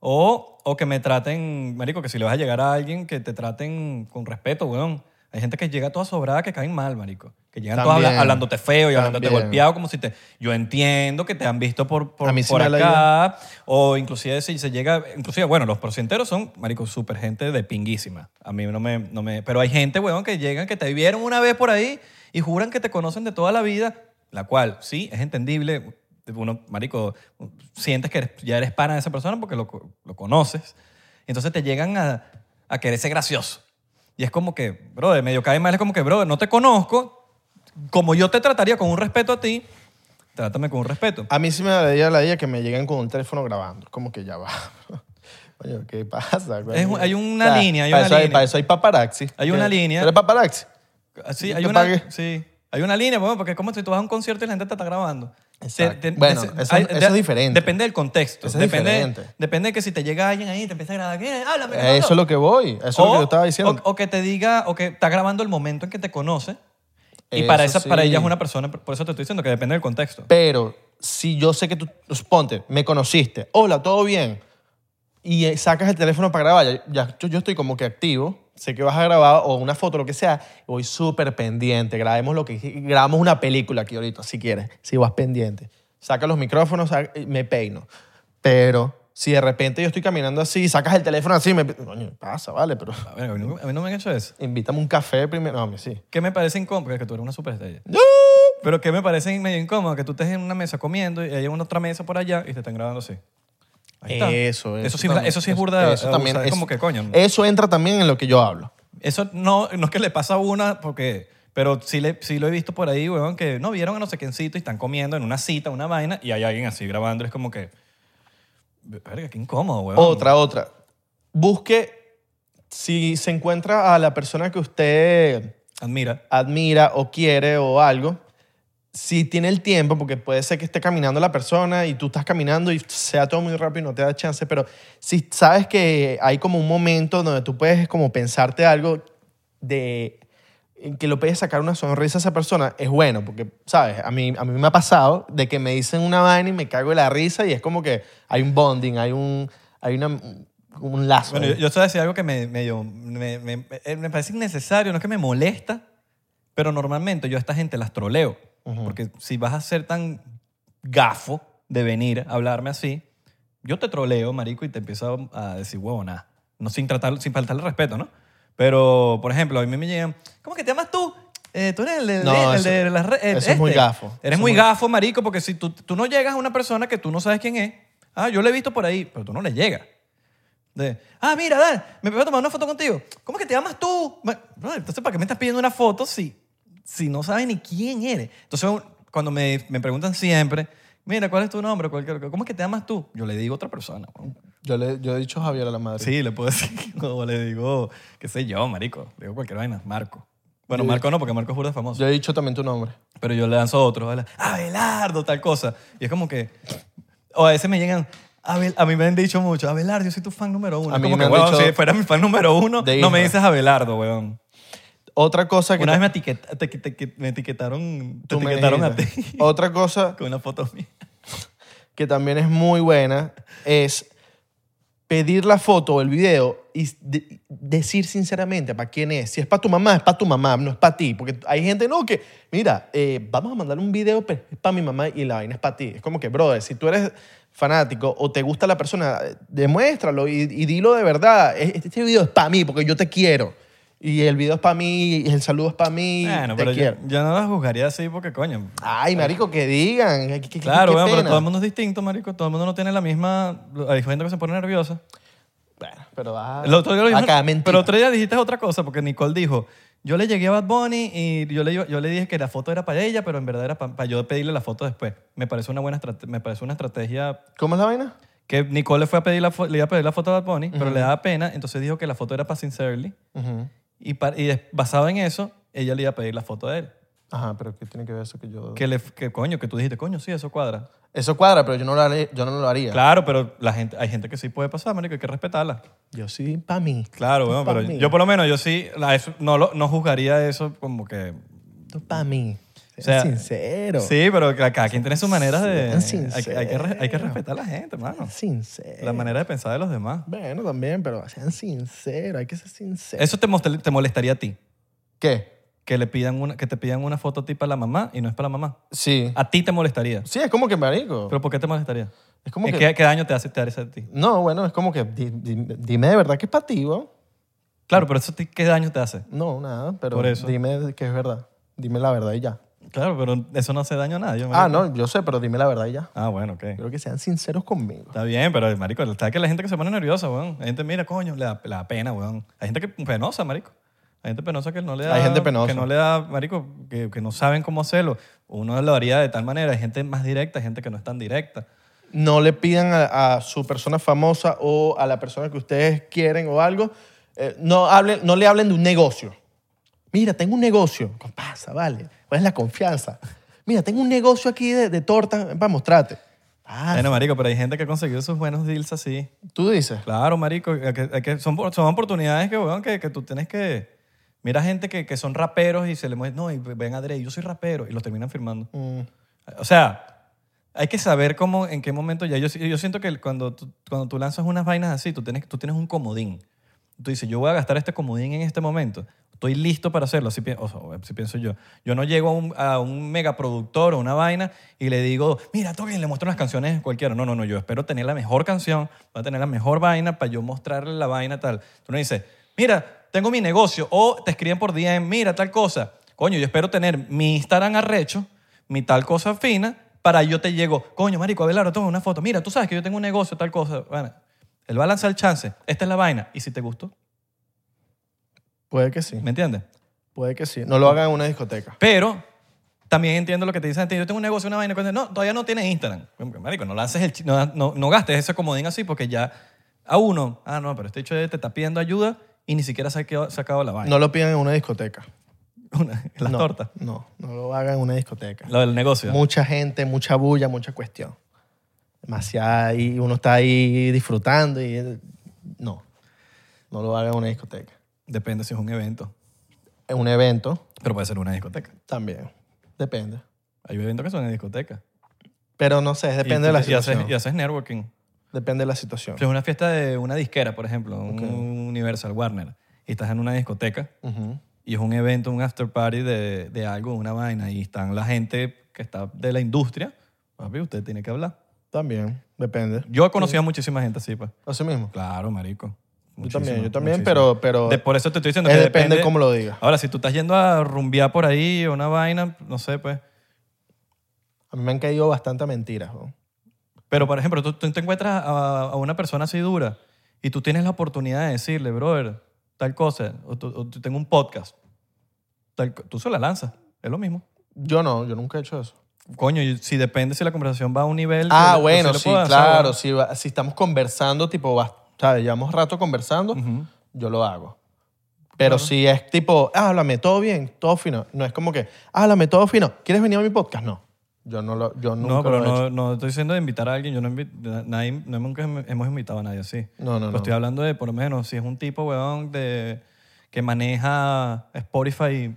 o, o que me traten, marico, que si le vas a llegar a alguien, que te traten con respeto, weón. Hay gente que llega toda sobrada que caen mal, marico. Que llegan todos habla- También. hablándote feo y hablándote También. golpeado como si te... Yo entiendo que te han visto por, por, A mí sí por me la acá o inclusive si se llega... Inclusive, bueno, los porcienteros son, marico, súper gente de pinguísima. A mí no me, no me... Pero hay gente, weón, que llegan, que te vieron una vez por ahí y juran que te conocen de toda la vida, la cual, sí, es entendible. Uno, marico, sientes que eres- ya eres pana de esa persona porque lo, co- lo conoces. Entonces te llegan a, a querer ser gracioso. Y es como que, brother, medio cae mal, es como que, brother, no te conozco, como yo te trataría con un respeto a ti, trátame con un respeto. A mí sí me daría la idea que me lleguen con un teléfono grabando. Como que ya va. Coño, ¿qué pasa? Es un- hay una línea, hay para una eso línea. para eso hay paparazzi. Hay una ¿Qué? línea. ¿Tú eres paparazzi? Ah, Sí, Yo hay te pagué. una, sí, hay una línea, bueno, porque es como si tú vas a un concierto y la gente te está grabando. Exacto. Bueno, eso- eso es diferente. Depende del contexto. Eso es depende, diferente. depende de que si te llega alguien ahí y te empieza a grabar, "Eh, háblame. Eh, Eso es lo que voy. Eso es lo que yo estaba diciendo. O, o que te diga, o que está grabando el momento en que te conoce. Y Eso para, esa, sí. para ella es una persona, por eso te estoy diciendo que depende del contexto. Pero si yo sé que tú, pues, ponte, me conociste, hola, ¿todo bien? Y eh, sacas el teléfono para grabar, ya, ya- yo, yo estoy como que activo, sé que vas a grabar o una foto, lo que sea, voy súper pendiente, grabemos lo que grabamos una película aquí ahorita, si quieres, si vas pendiente. Saca los micrófonos, sa- y me peino. Pero si de repente yo estoy caminando así, sacas el teléfono así, me... Coño, pasa, vale, pero A, ver, a mí, no- a mí no me han hecho eso. invítame un café primero. No, a mí sí. ¿Qué me parece incómodo? Porque es que tú eres una superestrella. Pero ¿qué me parece medio incómodo? Que tú estés en una mesa comiendo y hay una otra mesa por allá y te están grabando así. Ahí está. Eso, Eso, eso sí, Pues también, eso sí es eso- burda. eso también, eh, abusar. es eso- como que coño. Eso entra también en lo que yo hablo. Eso no, no es que le pasa a una porque... Pero sí, le, sí lo he visto por ahí, weón, que no vieron a no sé quiéncito y están comiendo en una cita, una vaina, y hay alguien así grabando. Es como que... Verga, qué incómodo, weón. Otra, otra. Busque si se encuentra a la persona que usted Admira. admira o quiere o algo. Si tiene el tiempo, porque puede ser que esté caminando la persona y tú estás caminando y sea todo muy rápido y no te da chance, pero si sabes que hay como un momento donde tú puedes como pensarte algo de en que lo puedes sacar una sonrisa a esa persona, es bueno, porque, ¿sabes? A mí, a mí me ha pasado de que me dicen una vaina y me cago de la risa y es como que hay un bonding, hay un, hay una, un lazo. Bueno, ahí. yo, yo te voy a decir algo que me, medio- me, me- eh, me parece innecesario, no es que me molesta, pero normalmente yo a esta gente las troleo. Porque si vas a ser tan gafo de venir a hablarme así, yo te troleo, marico, y te empiezo a decir huevona. No sin, tratar, sin faltarle respeto, ¿no? Pero, por ejemplo, a mí me llegan, ¿cómo que te llamas tú? Eh, tú eres el de, No, el eso- de las redes. eso es muy gafo. Eso este. Eres es muy muy- gafo, marico, porque si tú, tú no llegas a una persona que tú no sabes quién es, ah, yo le he visto por ahí, pero tú no le llegas. De, ah, mira, Dan, me voy a tomar una foto contigo. ¿Cómo que te llamas tú? Bueno, brother, entonces, ¿para qué me estás pidiendo una foto si, si no sabes ni quién eres? Entonces, cuando me, me preguntan siempre, mira, ¿cuál es tu nombre? ¿Cuál- cuál- ¿Cómo es que te llamas tú? Yo le digo a otra persona. weón. Yo le, yo he dicho Javier a la madre. Sí, le puedo decir, o le digo, qué sé yo, marico. Le digo cualquier vaina, Marco. Bueno, Marco no, porque Marco es burda famoso. Yo he dicho también tu nombre. Pero yo le lanzo otro, ¿vale? Abelardo, tal cosa. Y es como que, o a veces me llegan, "Abel-" a mí me han dicho mucho, Abelardo, yo soy tu fan número uno. A Es mí como me que, han "Huevón, dicho- si fuera mi fan número uno, De no me hija. dices Abelardo, weón. Otra cosa que Una vez me, etiqueta- te- te- te- me etiquetaron, te tú me etiquetaron a ti dijiste. Otra cosa con una foto mía. que también es muy buena es pedir la foto o el video y de- decir sinceramente para quién es. Si es para tu mamá, es para tu mamá, no es para ti. Porque hay gente, no, que, mira, eh, vamos a mandar un video, pero es para mi mamá y la vaina es para ti. Es como que, brother, si tú eres fanático o te gusta la persona, eh, demuéstralo y, y dilo de verdad. E- Este video es para mí porque yo te quiero. Y el video es para mí, y el saludo es para mí, Bueno, te pero yo, quiero. yo no la juzgaría así porque, coño, Ay, marico, que digan. Qué- qué- qué- Eh. Claro, qué weón, pero pena. todo el mundo es distinto, marico. Todo el mundo no tiene la misma... Hay gente que se pone nerviosa. Bueno, pero vas El otro día lo dijiste- acá, mentira. pero otro día dijiste otra cosa, porque Nicole dijo, yo le llegué a Bad Bunny y yo le, yo le dije que la foto era para ella, pero en verdad era para, yo pedirle la foto después. Me parece una buena estrate- me parece una estrategia ¿Cómo es la vaina? que Nicole le fue a pedir la, fo- le iba a pedir la foto a Bad Bunny, pero le daba pena, entonces dijo que la foto era para Sincerely y, pa- y des- basado en eso, ella le iba a pedir la foto a él. Ajá, pero ¿qué tiene que ver eso que yo...? Que, le, que coño, que tú dijiste, coño, sí, eso cuadra. Eso cuadra, pero yo no lo haría. Yo, no lo haría. Claro, pero la gente, hay gente que sí puede pasar, marico, hay que respetarla. yo sí, para mí. Claro, Tú bueno, pa' pero mí. yo por lo menos, yo sí, la- eso- no, lo- no juzgaría eso como que... Tú para mí. O Sean sea, sincero. Sí, pero ca- cada quien tiene sus maneras de... Sean sinceros. Hay, hay que, re- hay que respetar a la gente, hermano. Sincero. La manera de pensar de los demás. Bueno, también, pero sean sinceros. Hay que ser sinceros. Eso te, mostel- te molestaría a ti, ¿Qué? que, le pidan una, que te pidan una foto a ti para la mamá y no es para la mamá. Sí. A ti te molestaría. Sí, es como que marico. ¿Pero por qué te molestaría? es como ¿Qué, que... qué- qué daño te hace, te hace a ti? No, bueno, es como que di- di- dime de verdad que es para ti, ¿no? Claro, pero eso a ti, ¿qué daño te hace? No, nada, pero Por eso. dime que es verdad. Dime la verdad y ya. Claro, pero eso no hace daño a nadie. Ah, marico. no, yo sé, pero dime la verdad y ya. Ah, bueno, ok. Quiero que sean sinceros conmigo. Está bien, pero marico, está que la gente que se pone nerviosa, weón. La gente, mira, coño, le da, le da pena, weón. Hay gente que penosa, marico. Hay gente penosa que no le da. Hay gente penosa. Que no le da, marico, que, que no saben cómo hacerlo. Uno lo haría de tal manera. Hay gente más directa, hay gente que no es tan directa. no le pidan a, a su persona famosa o a la persona que ustedes quieren o algo, eh, no, hablen, no le hablen de un negocio. Mira, tengo un negocio. Con Pasa, vale. ¿Cuál es la confianza? Mira, tengo un negocio aquí de, de tortas. Ven para mostrarte. Ah, Bueno, marico, pero hay gente que ha conseguido sus buenos deals así. tú dices. Claro, marico. hay que- hay que- son, son oportunidades que, weón, que, que tú tienes que... Mira gente que, que son raperos y se le mueve, no, y ven a Dre, yo soy rapero, y los terminan firmando. Mm, O sea, hay que saber cómo, en qué momento ya. Yo, yo siento que cuando tú, cuando tú lanzas unas vainas así, tú tienes, tú tienes un comodín. Tú dices, yo voy a gastar este comodín en este momento. Estoy listo para hacerlo, así, pi- o sea, así pienso yo. Yo no llego a un, a un megaproductor o una vaina y le digo, mira, toquen, le muestro unas canciones cualquiera. No, no, no, yo espero tener la mejor canción, voy a tener la mejor vaina para yo mostrarle la vaina tal. Tú no dices, mira, tengo mi negocio o te escriben por DM, mira, tal cosa. Coño, yo espero tener mi Instagram arrecho mi tal cosa fina, para yo te llego, coño, marico, Abelardo, toma una foto. Mira, tú sabes que yo tengo un negocio, tal cosa. Bueno, él va a lanzar el chance. Esta es la vaina. ¿Y si te gustó? Puede que sí. ¿Me entiendes? Puede que sí. No lo hagan en una discoteca. Pero también entiendo lo que te dicen. a ti, Yo tengo un negocio, una vaina. cosas. No, todavía no tienes Instagram. Marico, no lances el chi- no, no, no gastes ese comodín así porque ya a uno, ah, no, pero este hecho te está pidiendo ayuda y ni siquiera se ha quedado- sacado la vaina. No lo pidan en una discoteca. Una- las no, tortas. No, no lo hagan en una discoteca. Lo del negocio. Mucha gente, mucha bulla, mucha cuestión. Demasiada. Y uno está ahí disfrutando y. eh, No. No lo hagan en una discoteca. Depende si es un evento. En un evento Pero puede ser una discoteca. también. Depende. Hay eventos que son en discotecas. Pero no sé, depende de la Y haces- situación. y haces networking. Depende de la situación. Si es una fiesta de una disquera, por ejemplo, un Universal Warner, y estás en una discoteca Ujú. y es un evento, un after party de, de algo, una vaina, y están la gente que está de la industria, papi, usted tiene que hablar. También, depende. Yo he conocido a muchísima gente así, pues. Así mismo. Claro, marico. yo también, Muchísima, yo también, muchísima. pero. pero De- por eso te estoy diciendo es que depende cómo lo digas. Ahora, si tú estás yendo a rumbear por ahí o una vaina, no sé, pues. A mí me han caído bastante mentiras. ¿no? Pero, por ejemplo, tú, tú te encuentras a, a una persona así dura y tú tienes la oportunidad de decirle, brother, tal cosa, o, tú- o tú tengo un podcast, tal co- tú se la lanzas, es lo mismo. Yo no, yo nunca he hecho eso. Coño, y si depende si la conversación va a un nivel... Ah, yo- yo bueno, le sí, puedo lanzar, claro. bueno. Si, va- si estamos conversando, tipo, va- ¿sabes? Llevamos rato conversando, Ujú. yo lo hago. Pero si es tipo, háblame, todo bien, todo fino. No es como que, háblame, todo fino. ¿Quieres venir a mi podcast? No. Yo no lo, yo nunca No, pero lo he hecho. no, no estoy diciendo de invitar a alguien, yo no invi- na- nadie, no nunca hem- hemos invitado a nadie así. No, no, Pero no. Pues estoy hablando de, por lo menos, si es un tipo, weón, de, que maneja Spotify, eh,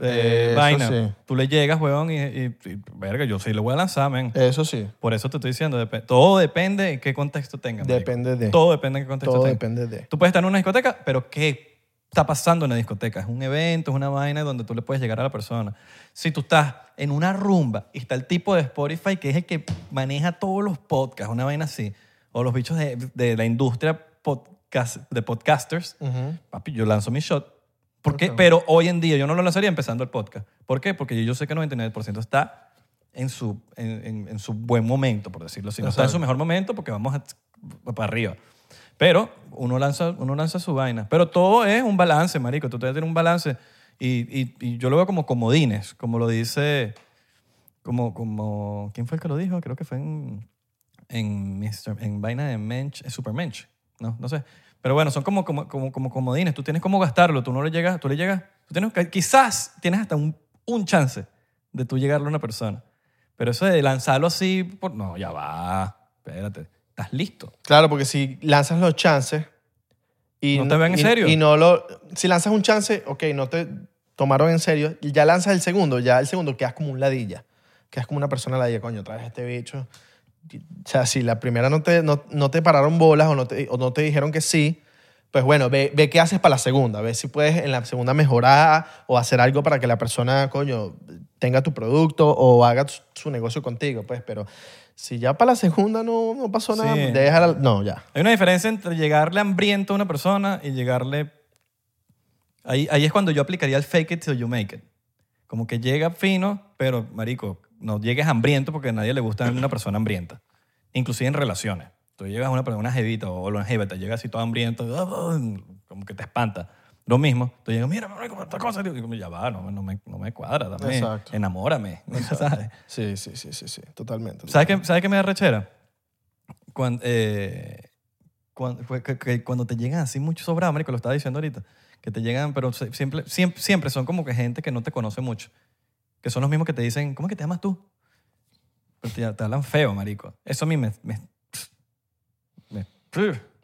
eh, eso vaina. sí. Tú le llegas, weón, y, y- y, verga, yo sí le voy a lanzar, men. Eso sí, Por eso te estoy diciendo, depe- todo depende en qué contexto tengas. marico. depende de. Todo, Todo depende en qué contexto tengas. depende de. Tú puedes estar en una discoteca, pero ¿qué está pasando en la discoteca? Es un evento, es una vaina donde tú le puedes llegar a la persona. Si tú estás en una rumba y está el tipo de Spotify que es el que maneja todos los podcasts, una vaina así, o los bichos de, de la industria podcast, de podcasters, Ujú. papi, yo lanzo mi shot. ¿Por qué? Pero hoy en día yo no lo lanzaría empezando el podcast. ¿Por qué? Porque yo sé que 99% está en su, en, en- en su buen momento, por decirlo así. No está en su mejor momento porque vamos a- para arriba. Pero uno lanza, uno lanza su vaina. Pero todo es un balance, marico. Tú tienes que tener un balance. Y, y- y yo lo veo como comodines, como lo dice... Como, como, ¿Quién fue el que lo dijo? Creo que fue en, en, Mr., en vaina de Mensch, en Super Mensch. No, no sé. Pero bueno, son como, como, como, como comodines. Tú tienes cómo gastarlo. Tú no le llegas, tú le llegas. Tú tienes, que- quizás tienes hasta un, un chance de tú llegarle a una persona. Pero eso de lanzarlo así, por, no, ya va. Espérate. Estás listo. Claro, porque si lanzas los chances. Y ¿No te ven en y- serio? Y no lo. Si lanzas un chance, ok, no te tomaron en serio. y Ya lanzas el segundo, ya el segundo quedas como un ladilla. Quedas como una persona ladilla, coño, otra vez este bicho. O sea, si la primera no te, no, no te pararon bolas o no te, o no te dijeron que sí, pues bueno, ve, ve qué haces para la segunda. Ve si puedes en la segunda mejorar o hacer algo para que la persona, coño, tenga tu producto o haga su, su negocio contigo, pues. Pero si ya para la segunda no, no pasó nada, pues, Sí. déjala. No, ya. Hay una diferencia entre llegarle hambriento a una persona y llegarle... Ahí, ahí es cuando yo aplicaría el fake it till you make it. Como que llega fino, pero, marico, no llegues hambriento porque a nadie le gusta una persona hambrienta. Inclusive en relaciones. Tú llegas a una persona, una jevita o una jeva, te llega así todo hambriento, como que te espanta. Lo mismo. Entonces digo, mira, marico, pero esta cosa. Digo, ya va, no, no me, no me cuadra, dame, Exacto. enamórame. ¿Sabes? Sí, sí, sí, sí, sí, totalmente. ¿Sabes qué, ¿Sabes qué me da rechera? eh, Cuando, cuando, cuando te llegan así muchos sobrados, marico, lo estaba diciendo ahorita, que te llegan, pero se- siempre, siempre, siempre son como que gente que no te conoce mucho, que son los mismos que te dicen, ¿cómo es que te llamas tú? Pero te, te hablan feo, marico. Eso a mí me... me- me-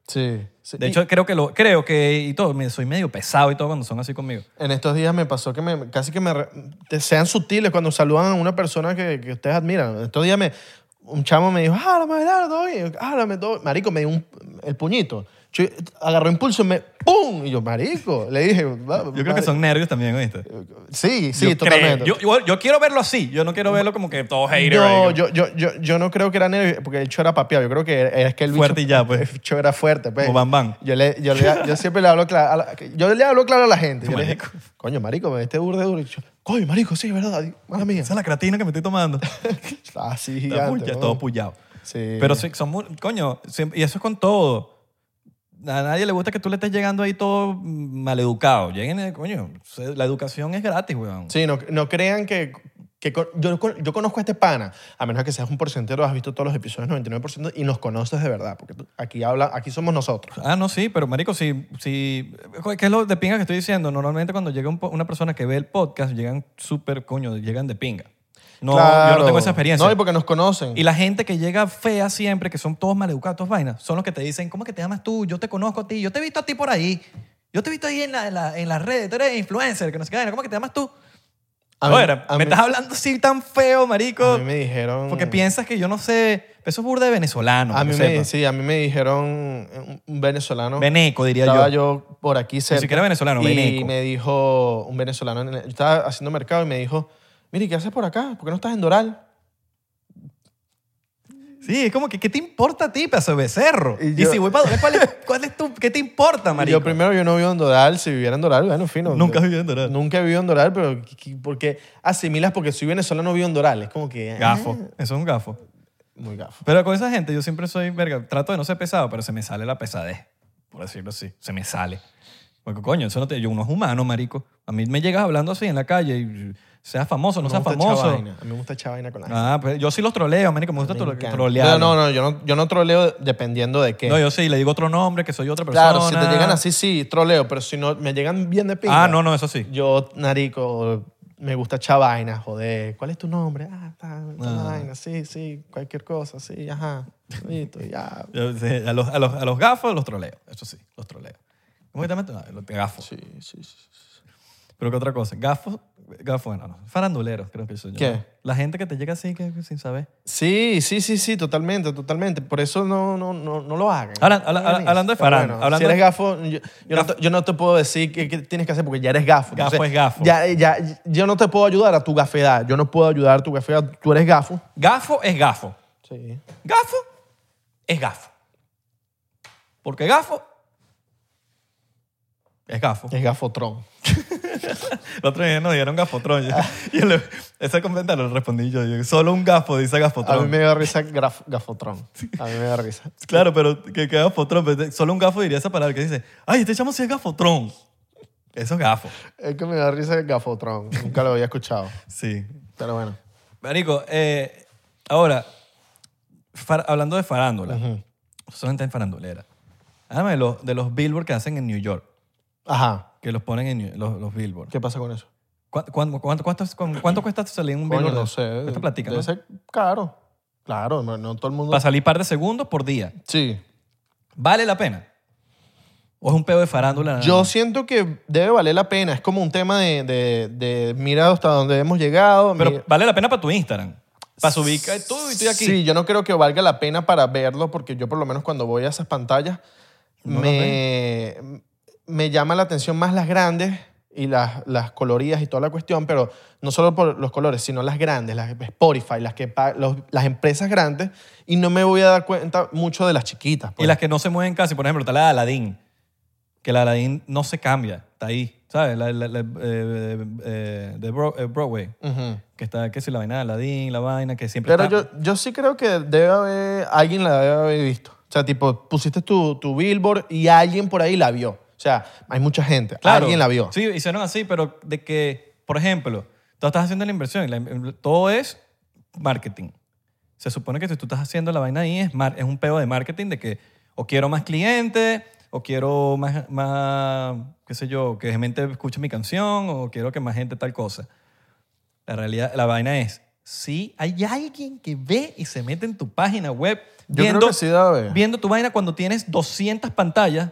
Sí, sí. de Y hecho, creo que lo creo que y todo, me- soy medio pesado y todo cuando son así conmigo. en estos días me pasó que me, casi que me... re- que sean sutiles cuando saludan a una persona que, que ustedes admiran. En estos días me, un chamo me dijo, háblame, Abelardo, y yo, háblame, todo. Marico, me dio un- el puñito. Yo- agarró impulso y me... ¡Pum! Y yo, marico, le dije... Yo creo que son nervios también, ¿oíste? Sí, sí, Yo creo- totalmente. Yo, yo- yo quiero verlo así. Yo no quiero verlo como que todo hater. No, marico. yo, yo, yo, yo no creo que era nervio, porque el bicho era papiado. Yo creo que era- es que el bicho- Fuerte y ya, pues. El bicho era fuerte, pues. Como Bam Bam. Yo, le, yo, le- yo siempre le hablo claro a la, yo le hablo claro a la gente. Yo le dije, Marico. coño, marico, me este burde duro. Y yo, coño, marico, sí, verdad. Mala mía. Esa es la creatina que me estoy tomando. Está así Está gigante. puya, weón. todo pullado. Sí. Pero sí, son muy- coño, siempre- y eso es con todo. A nadie le gusta que tú le estés llegando ahí todo maleducado. Lleguen, eh, coño, se- la educación es gratis, weón. Sí, no, no crean que... que con- yo, con- yo conozco a este pana, a menos que seas un porcentero, has visto todos los episodios 99% y nos conoces de verdad, porque tú- aquí, habla, aquí somos nosotros. Ah, no, sí, pero marico, si, si, ¿qué es lo de pinga que estoy diciendo? Normalmente cuando llega un po- una persona que ve el podcast, llegan súper, coño, llegan de pinga. No, yo no Claro. tengo esa experiencia. No, y porque nos conocen. Y la gente que llega fea siempre, que son todos maleducados, todas vainas, son los que te dicen, ¿cómo que te llamas tú? Yo te conozco a ti, yo te he visto a ti por ahí, yo te he visto ahí en, la, en, la- en las redes, tú eres influencer, que no sé qué, vaina, ¿cómo que te llamas tú? A mí- Ahora, a mí- me estás hablando así tan feo, a marico, mí me dijeron... porque piensas que yo no sé, eso es burda de venezolano, A a mí me, sí, a mí me dijeron un- un venezolano. Veneco, diría estaba yo. yo. por aquí cerca. siquiera venezolano, Y veneco. me dijo un venezolano, en el- yo estaba haciendo mercado y me dijo, mire, ¿qué haces por acá? ¿Por qué no estás en Doral? Sí, es como que, ¿qué te importa a ti, pedazo de becerro? Y Y, yo- si voy para ¿cuál es, cuál es tu, qué te importa, Y marico? Yo primero, yo no vivo en Doral, si viviera en Doral, bueno, fino. Nunca Yo- viví en Doral. Nunca he vivido en Doral, pero qu- qu- porque asimilas porque soy venezolano, vivo en Doral. Es como que... ah, Gafo, eso es un gafo. muy gafo. Pero con esa gente yo siempre soy, verga, trato de no ser pesado, pero se me sale la pesadez, por decirlo así, se me sale. Porque coño, eso no te, yo uno es humano, marico. A mí me llegas hablando así en la calle y seas famoso, no Me seas gusta echar famoso. vaina, A mí me gusta echar vaina con la gente. Ah, pues yo sí los troleo, marico, me gusta Me trole- encanta. trolear. No, no, no, yo no, yo no troleo dependiendo de qué. No, yo sí, le digo otro nombre, que soy otra persona. claro, si te llegan así, sí, troleo, pero si no, me llegan bien de pinga. Ah, no, no, eso sí. Yo, narico, me gusta echar vaina, joder. ¿Cuál es tu nombre? Ah, tal, tal Ah. vaina, sí, sí, cualquier cosa, sí, ajá. Listo, ya. Yo sí, a, los, a, los, a los gafos los troleo, eso sí, los troleo. ¿Cómo que te metes? No, los gafos. Sí, sí, sí. Pero qué otra cosa, gafos, gafos, bueno, no, faranduleros creo que soy yo. ¿Qué? La gente que te llega así que, que sin saber. Sí, sí, sí, sí, totalmente, totalmente. Por eso no, no, no, no lo hagan. Hablan- No habla- hagan habla- hablando de Pero Farán, hablando si eres de- gafo, yo, yo No te, yo no te puedo decir qué, qué tienes que hacer porque ya eres gafo. Gafo es gafo. Ya, ya, yo no te puedo ayudar a tu gafedad. Yo no puedo ayudar a tu gafedad. Tú eres gafo. Gafo es gafo. Sí. Gafo es gafo. Porque gafo es gafo. Es gafotrón. El otro día nos dieron gafotrón. Ah. Yo- yo le- ese comentario lo respondí yo, yo, Solo un gafo dice A mí gafotrón. me da risa graf- gafotrón. A mí me da risa. Claro, pero que, que gafotrón. pero Solo un gafo diría esa palabra que dice, ay, este chamo sí es gafotrón. Eso es gafo. Es que me da risa el gafotrón. Nunca lo había escuchado. Sí. Pero bueno. Marico, eh, ahora, far- hablando de farándula, son gente farandulera. Háblame de los, de los billboards que hacen en New York, Ajá. que los ponen en New- los, los billboards. ¿Qué pasa con eso? ¿Cuánto, cuánto, cuánto, cuánto- cuánto- cuánto cuesta salir en un Coño, billboard? no sé. Esta platica, Debe ¿no? ser caro. Claro, no, no todo el mundo... Para salir par de segundos por día. Sí. ¿Vale la pena? ¿O es un pedo de farándula? nada Yo más? siento que debe valer la pena. Es como un tema de, de, de mira hasta dónde hemos llegado. Pero mira- vale la pena para tu Instagram. Para subir que tú y estoy aquí. Sí, yo no creo que valga la pena para verlo porque yo por lo menos cuando voy a esas pantallas No las me, me llama la atención más las grandes y las, las coloridas y toda la cuestión, pero no solo por los colores, sino las grandes, las Spotify, las, que, pa- los- las empresas grandes y no me voy a dar cuenta mucho de las chiquitas. Y pues. las que no se mueven casi, por ejemplo, está la de Aladdin. Que la de Aladdin no se cambia, está ahí, ¿sabes? La, la- la, eh, eh, de Bro- eh, Broadway. Ujú. Que está, que si la vaina de Aladdin, la vaina, que siempre Pero está- yo, yo sí creo que debe haber, alguien la debe haber visto. O sea, tipo, pusiste tu, tu billboard y alguien por ahí la vio. O sea, hay mucha gente. Claro. Alguien la vio. Sí, hicieron así, pero de que, por ejemplo, tú estás haciendo la inversión, y la- todo es marketing. Se supone que si tú estás haciendo la vaina ahí es, mar- es un peo de marketing de que o quiero más clientes, o quiero más, más, qué sé yo, que gente escuche mi canción, o quiero que más gente tal cosa. La realidad, la vaina es, si hay alguien que ve y se mete en tu página web Yo creo viendo, que sí debe haber. viendo tu vaina cuando tienes 200 pantallas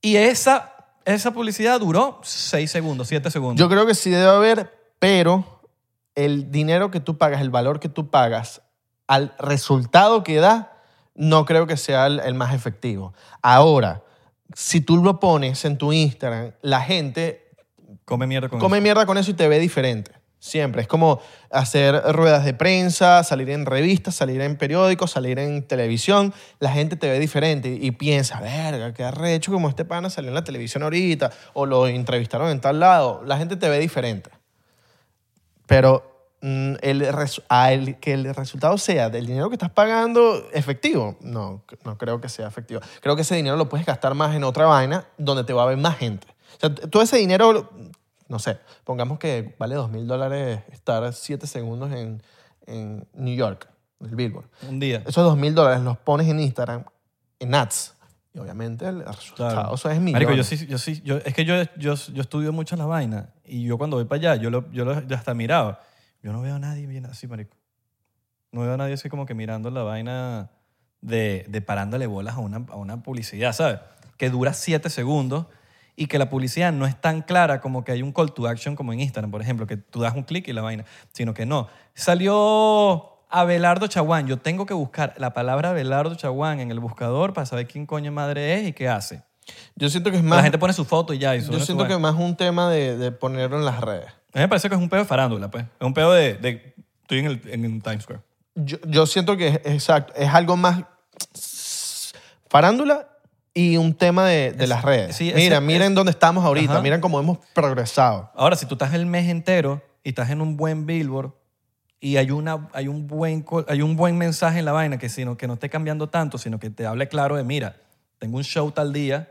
y esa, esa publicidad duró 6 segundos, 7 segundos. Yo creo que sí debe haber, pero el dinero que tú pagas, el valor que tú pagas al resultado que da, no creo que sea el, el más efectivo. Ahora, si tú lo pones en tu Instagram, la gente come mierda con come eso. mierda con eso y te ve diferente. Siempre. Es como hacer ruedas de prensa, salir en revistas, salir en periódicos, salir en televisión. La gente te ve diferente y, y piensa, verga, qué arrecho como este pana salió en la televisión ahorita o lo entrevistaron en tal lado. La gente te ve diferente. Pero mm, el, resu- a el- que el resultado sea del dinero que estás pagando efectivo, no, no creo que sea efectivo. Creo que ese dinero lo puedes gastar más en otra vaina donde te va a ver más gente. O sea, t- todo ese dinero, no sé, pongamos que vale dos mil dólares estar siete segundos en, en New York, en el Billboard. un día. Esos dos mil dólares los pones en Instagram, en ads. Y obviamente el resultado Claro. o sea, es mío. Marico, yo sí, yo sí, yo, es que yo, yo, yo estudio mucho la vaina y yo cuando voy para allá, yo, lo, yo, lo- yo hasta miraba. Yo no veo a nadie bien así, marico. No veo a nadie así como que mirando la vaina de, de parándole bolas a una, a una publicidad, ¿sabes? Que dura 7 segundos y que la publicidad no es tan clara como que hay un call to action como en Instagram, por ejemplo, que tú das un clic y la vaina, sino que no. Salió Abelardo Chaguán. Yo tengo que buscar la palabra Abelardo Chaguán en el buscador para saber quién coño madre es y qué hace. Yo siento que es La más, gente pone su foto y ya. Y sube yo su siento que vaina. es más un tema de, de ponerlo en las redes. A mí me parece que es un pedo de farándula, pues. Es un pedo de... de- estoy en, el, en el Times Square. Yo, yo siento que es exacto, es algo más farándula y un tema de, de las redes. sí, ese- Mira, miren es- dónde estamos ahorita, Ajá. miren cómo hemos progresado. Ahora, si tú estás el mes entero y estás en un buen billboard y hay, una, hay, un, buen, col- hay un buen mensaje en la vaina que, sino, que no esté cambiando tanto, sino que te hable claro de, mira, tengo un show tal día,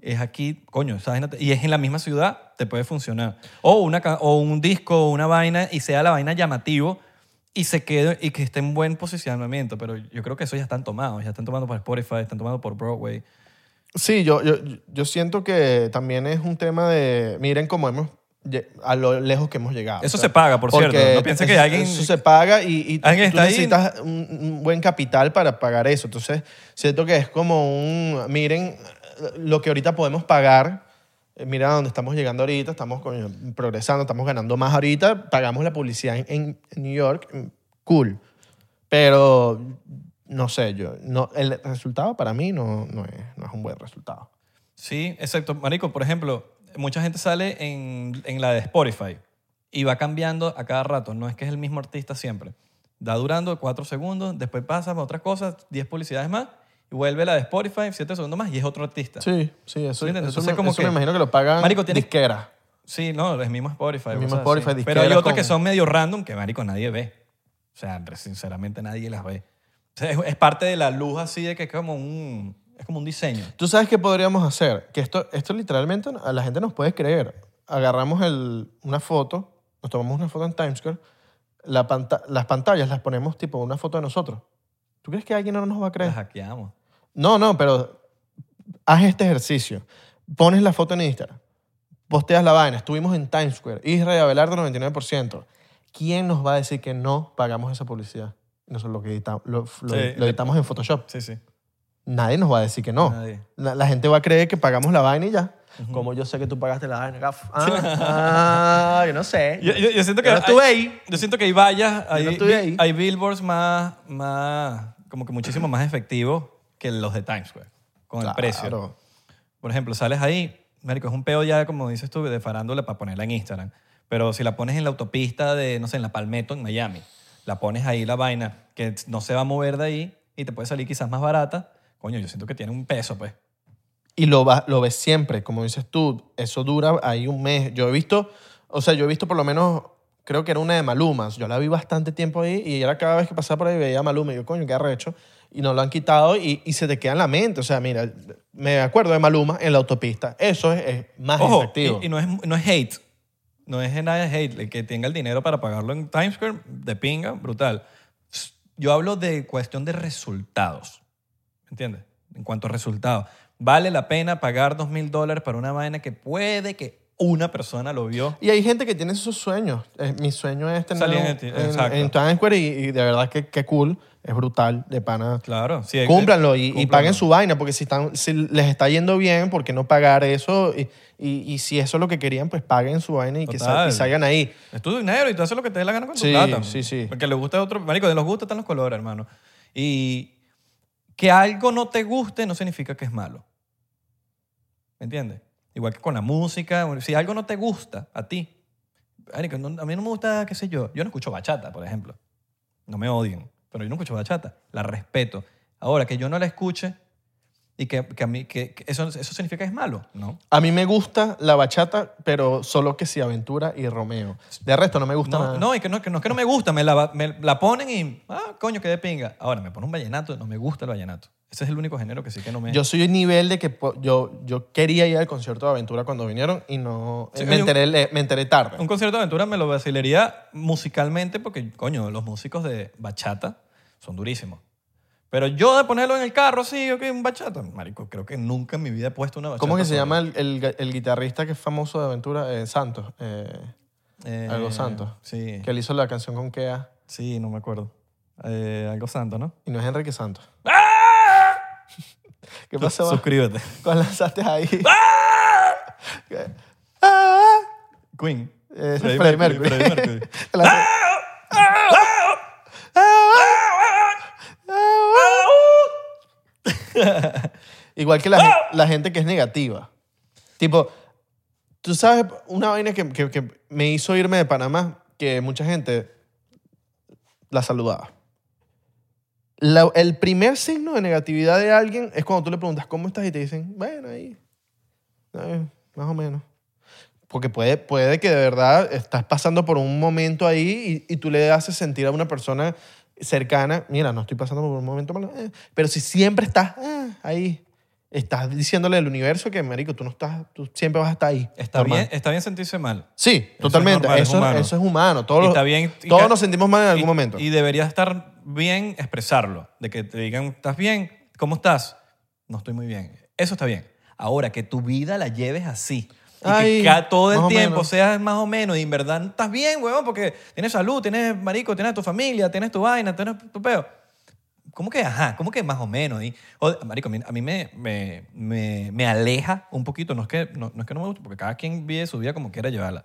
es aquí, coño, esa vaina te- y es en la misma ciudad, te puede funcionar. O, una, ca- o un disco o una vaina y sea la vaina llamativo y se quede y que esté en buen posicionamiento. Pero yo creo que eso ya están tomados, ya están tomando por Spotify, están tomando por Broadway. Sí, yo, yo, yo siento que también es un tema de, miren cómo hemos, lle- a lo lejos que hemos llegado. Eso se paga, por cierto. porque No piense que eso- alguien- Eso se paga y, y Alguien tú está ahí. necesitas un, un buen capital para pagar eso. Entonces, siento que es como un, miren lo que ahorita podemos pagar, eh, mira a dónde estamos llegando ahorita, estamos coño, progresando, estamos ganando más ahorita, pagamos la publicidad en, en- en New York, mm, cool. Pero no sé, yo no el resultado para mí no, no es, no es un buen resultado. Sí, excepto, marico, por ejemplo, mucha gente sale en, en la de Spotify y va cambiando a cada rato. No es que es el mismo artista siempre. Da durando cuatro segundos, después pasa a otras cosas, 10 publicidades más, y vuelve la de Spotify, siete segundos más, y es otro artista. Sí, Sí, sí, eso, ¿Sí entiendes? eso Entonces, me, como eso que- me imagino que lo pagan Marico, tienes- disqueras. no, el mismo Spotify. El mismo cosas así. Spotify, Pero hay disqueras otras que con- son medio random que, marico, nadie ve. O sea, sinceramente nadie las ve. O sea, es, es parte de la luz así de que es como un, es como un diseño. ¿Tú sabes qué podríamos hacer? Que esto, esto literalmente a la gente nos puede creer. Agarramos el- una foto, nos tomamos una foto en Times Square, la panta- las pantallas las ponemos tipo una foto de nosotros. ¿Tú crees que alguien no nos va a creer? Las hackeamos. No, no, pero haz este ejercicio. Pones la foto en Instagram, posteas la vaina, estuvimos en Times Square, Israel Abelardo 99%. ¿Quién nos va a decir que no pagamos esa publicidad? Nosotros lo, que edita- lo- lo- Sí, lo editamos en Photoshop. Sí, sí. Nadie nos va a decir que no. Nadie. La, la gente va a creer que pagamos la vaina y ya. Mm. Como yo sé que tú pagaste la vaina, gaf. Ah, ah, yo no sé. Yo, yo- yo siento que Yo no estuve hay- ahí. Yo siento que hay vallas, hay, no estuve bi- ahí. hay billboards más, más, como que muchísimo más efectivos que los de Times Square, con el Claro. precio. Por ejemplo, sales ahí, marico, es un peo ya, como dices tú, de farándula para ponerla en Instagram. Pero si la pones en la autopista de, no sé, en la Palmetto, en Miami, la pones ahí la vaina, que no se va a mover de ahí y te puede salir quizás más barata, coño, yo siento que tiene un peso, pues. Y lo, va- lo ves siempre, como dices tú, eso dura ahí un mes. Yo he visto, o sea, yo he visto por lo menos, creo creo que era una de Maluma. Yo la vi bastante tiempo ahí y era cada vez que pasaba por ahí veía a Maluma y yo, coño, qué arrecho. Y nos lo han quitado y, y se te queda en la mente. O sea, mira, me acuerdo de Maluma en la autopista. Eso es, es más Ojo, efectivo. y, y no, es, no es hate. No es nada de hate. El que tenga el dinero para pagarlo en Times Square, de pinga, brutal. Yo hablo de cuestión de resultados. ¿Me entiendes? En cuanto a resultados. ¿Vale la pena pagar dos mil dólares para una vaina que puede que una persona lo vio? Y hay gente que tiene sus sueños. Eh, mi sueño es tener Salir en un- el ti- en, exacto. en Times Square y, y de verdad que, que cool, es brutal, de pana. Claro. sí, hay- Cúmplanlo y, y cúmplanlo. paguen su vaina, porque si, están, si les está yendo bien, ¿por qué no pagar eso? Y, y- y si eso es lo que querían, pues paguen su vaina y que sal- Total. y salgan ahí. Es tu dinero y tú haces lo que te dé la gana con tu Sí, plata. sí, sí. Porque le gusta otro. Marico, de los gustos están los colores, hermano. Y que algo no te guste no significa que es malo. ¿Me entiendes? Igual que con la música. Si algo no te gusta a ti. marico, no- a mí no me gusta, qué sé yo. Yo no escucho bachata, por ejemplo. No me odien, pero yo no escucho bachata. La respeto. Ahora, que yo no la escuche y que, que a mí, que, que eso, eso significa que es malo. No. A mí me gusta la bachata, pero solo que si Aventura y Romeo. De resto no me gusta No, nada. no, y que no, que no es que no me gusta, me la, va- me la ponen y, ah, coño, que de pinga. Ahora, me pone un vallenato, no me gusta el vallenato. Ese es el único género que sí que no me... Yo soy el nivel de que po- yo, yo quería ir al concierto de Aventura cuando vinieron y no... Sí, me, oye, un- enteré, le- me enteré tarde. un concierto de aventura me lo vacilaría musicalmente porque, coño, los músicos de bachata son durísimos. Pero yo de ponerlo en el carro, sí, ok, un bachata. Marico, creo que nunca en mi vida he puesto una bachata. ¿Cómo que se sola. llama el, el ga- el guitarrista que es famoso de Aventura? Eh, Santos. eh, Eh, Algo Santo. Sí, que él hizo la canción con Kea. sí, no me acuerdo. Eh, algo santo, ¿no? Y no es Enrique Santos. ¿Qué pasó? Suscríbete. ¿Cuál lanzaste ahí? ¿Qué? Ah, Queen. Ese es Freddie Eh, Freddie Mercury. Freddie Mercury. la- Igual que la, gen- la gente que es negativa. Tipo, tú sabes, una vaina que, que- que me hizo irme de Panamá, que mucha gente la saludaba. La- el primer signo de negatividad de alguien es cuando tú le preguntas, ¿cómo estás? Y te dicen, bueno, ahí. eh, más o menos. Porque puede, puede que de verdad estás pasando por un momento ahí y, y tú le haces sentir a una persona cercana, mira, no estoy pasando por un momento malo, eh, pero si siempre estás ah, ahí, estás diciéndole al universo que, marico, tú no estás, tú siempre vas a estar ahí. Está normal. bien, está bien sentirse mal. Sí, es totalmente. normal, es eso, humano. eso es humano. Todos, Y los- está bien- y todos ca- nos sentimos mal en algún y, momento. Y debería estar bien expresarlo. De que te digan, ¿estás bien? ¿Cómo estás? No estoy muy bien. Eso está bien. Ahora, que tu vida la lleves así. Y Ay, que ca- todo más o el tiempo menos. seas más o menos y en verdad estás bien, huevón, porque tienes salud, tienes marico, tienes tu familia, tienes tu vaina, tienes tu peo. ¿Cómo que, ajá? ¿Cómo que más o menos? Y, o- marico, a mí, a mí me, me, me, me aleja un poquito. No es, que, no, no es que no me guste, porque cada quien vive su vida como quiera llevarla.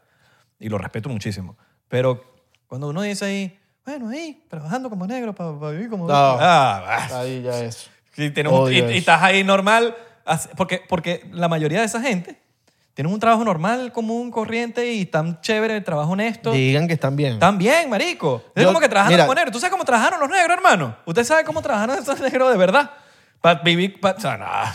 Y lo respeto muchísimo. Pero cuando uno dice ahí, bueno, ahí, trabajando como negro para, vivir como... No. Ah, bah. Ahí ya es. Y, tienes un- y- Odio y eso. estás ahí normal. así- Porque, porque la mayoría de esa gente tienen un trabajo normal, común, corriente y tan chévere, trabajo honesto. Digan que están bien. Están bien, marico. Es Yo- como que trabajaron mira- como negros. ¿Tú sabes cómo trabajaron los negros, hermano? ¿Usted sabe cómo trabajaron esos negros de verdad? Para vivir... pa- o sea, nah.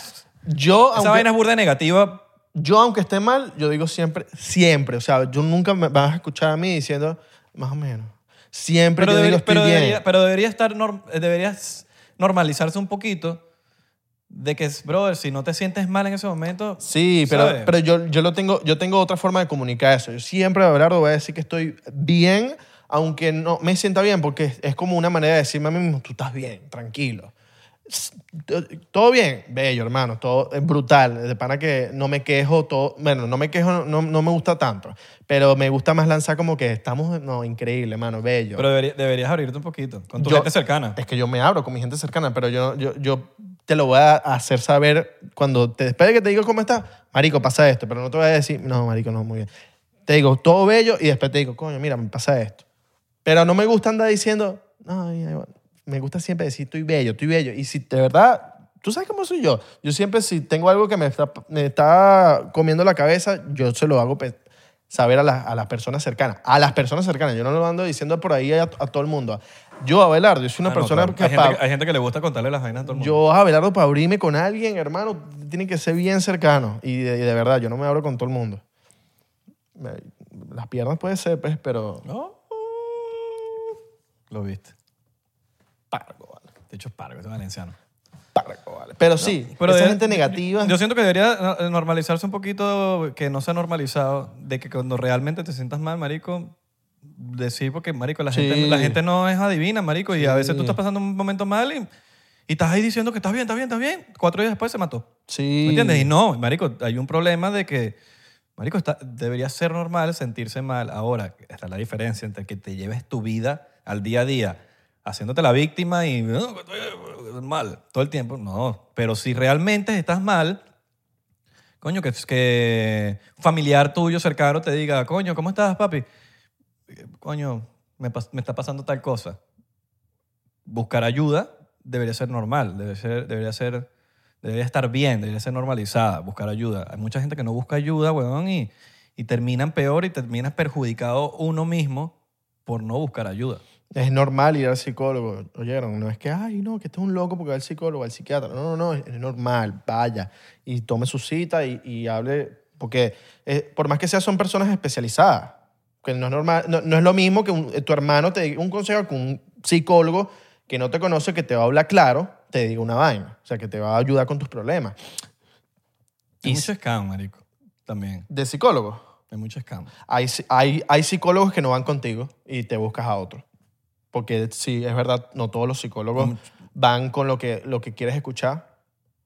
Yo, Esa aunque, vaina es burda de negativa. yo, aunque esté mal, yo digo siempre, siempre. O sea, yo nunca me vas a escuchar a mí diciendo, más o menos. Siempre Pero, yo digo, debería, estoy pero, bien. debería, pero debería estar... norm- eh, deberías normalizarse un poquito de que, brother, si no te sientes mal en ese momento... Sí, pero, ¿sabes? pero yo, yo, lo tengo, yo tengo otra forma de comunicar eso. Yo siempre, Abelardo, voy a decir que estoy bien, aunque no me sienta bien, porque es, es como una manera de decirme a mí mismo, tú estás bien, tranquilo. S- t- Todo bien, bello, hermano, todo es brutal. De pana que no me quejo, todo, bueno, no me quejo, no- no, no me gusta tanto, pero me gusta más lanzar como que estamos, no, increíble, hermano, bello. Pero debería- deberías abrirte un poquito con tu Yo- gente cercana. Es que yo me abro con mi gente cercana, pero yo, yo, yo te lo voy a hacer saber cuando te después de que te digo cómo estás, marico, pasa esto, pero no te voy a decir, no, marico, no, muy bien. Te digo todo bello y después te digo, coño, mira, me pasa esto. Pero no me gusta andar diciendo, "Ay, ay, bueno". me gusta siempre decir, estoy bello, estoy bello. Y si de verdad, tú sabes cómo soy yo. Yo siempre, si tengo algo que me está, me está comiendo la cabeza, yo se lo hago pe- saber a, las- a las personas cercanas. A las personas cercanas. Yo no lo ando diciendo por ahí a, a todo el mundo. Yo, Abelardo, yo soy una Ah, no, persona claro. que, hay, gente pa- que, hay gente que le gusta contarle las vainas a todo el mundo. yo, Abelardo, para abrirme con alguien, hermano, tiene que ser bien cercano. Y de, y de verdad, yo no me abro con todo el mundo. Me- Las piernas puede ser, pues, pero... ¿No? Lo viste. Pargo, vale. De hecho, es pargo, este valenciano. Pargo, vale. Pero sí, Pero esa de- gente negativa. Yo siento que debería eh, normalizarse un poquito, que no se ha normalizado, de que cuando realmente te sientas mal, marico, decir porque, marico, la, Sí. gente, la gente no es adivina, marico, y a veces tú Sí. estás pasando un momento mal y, y estás ahí diciendo que estás bien, estás bien, estás bien. Cuatro días después se mató. sí. ¿Me entiendes? Y no, marico, hay un problema de que, marico, está, debería ser normal sentirse mal. Ahora, está la diferencia entre que te lleves tu vida al día a día haciéndote la víctima y "No, estoy eh, mal todo el tiempo. No, pero si realmente estás mal, coño, que, que un familiar tuyo cercano te diga, coño, ¿cómo estás, papi? Eh, Coño, me, pas- me está pasando tal cosa. Buscar ayuda debería ser normal, debería ser, debería ser debería estar bien, debería ser normalizada, buscar ayuda. Hay mucha gente que no busca ayuda, weón, y, y terminan peor y terminas perjudicado uno mismo por no buscar ayuda. Es normal ir al psicólogo, oyeron, no es que, ay, no, que este es un loco porque va al psicólogo, al psiquiatra. No, no, no, es normal, vaya y tome su cita y, y hable, porque eh, por más que sea, son personas especializadas. Que no es, normal, no, no es lo mismo que un- eh, tu hermano te diga un consejo que un psicólogo que no te conoce, que te va a hablar claro, te diga una vaina, o sea, que te va a ayudar con tus problemas. Hay Y mucho scam, marico, también. De psicólogo, Hay mucho scam. hay, hay, hay psicólogos que no van contigo y te buscas a otro. Porque sí, es verdad, no todos los psicólogos Como- van con lo que, lo que quieres escuchar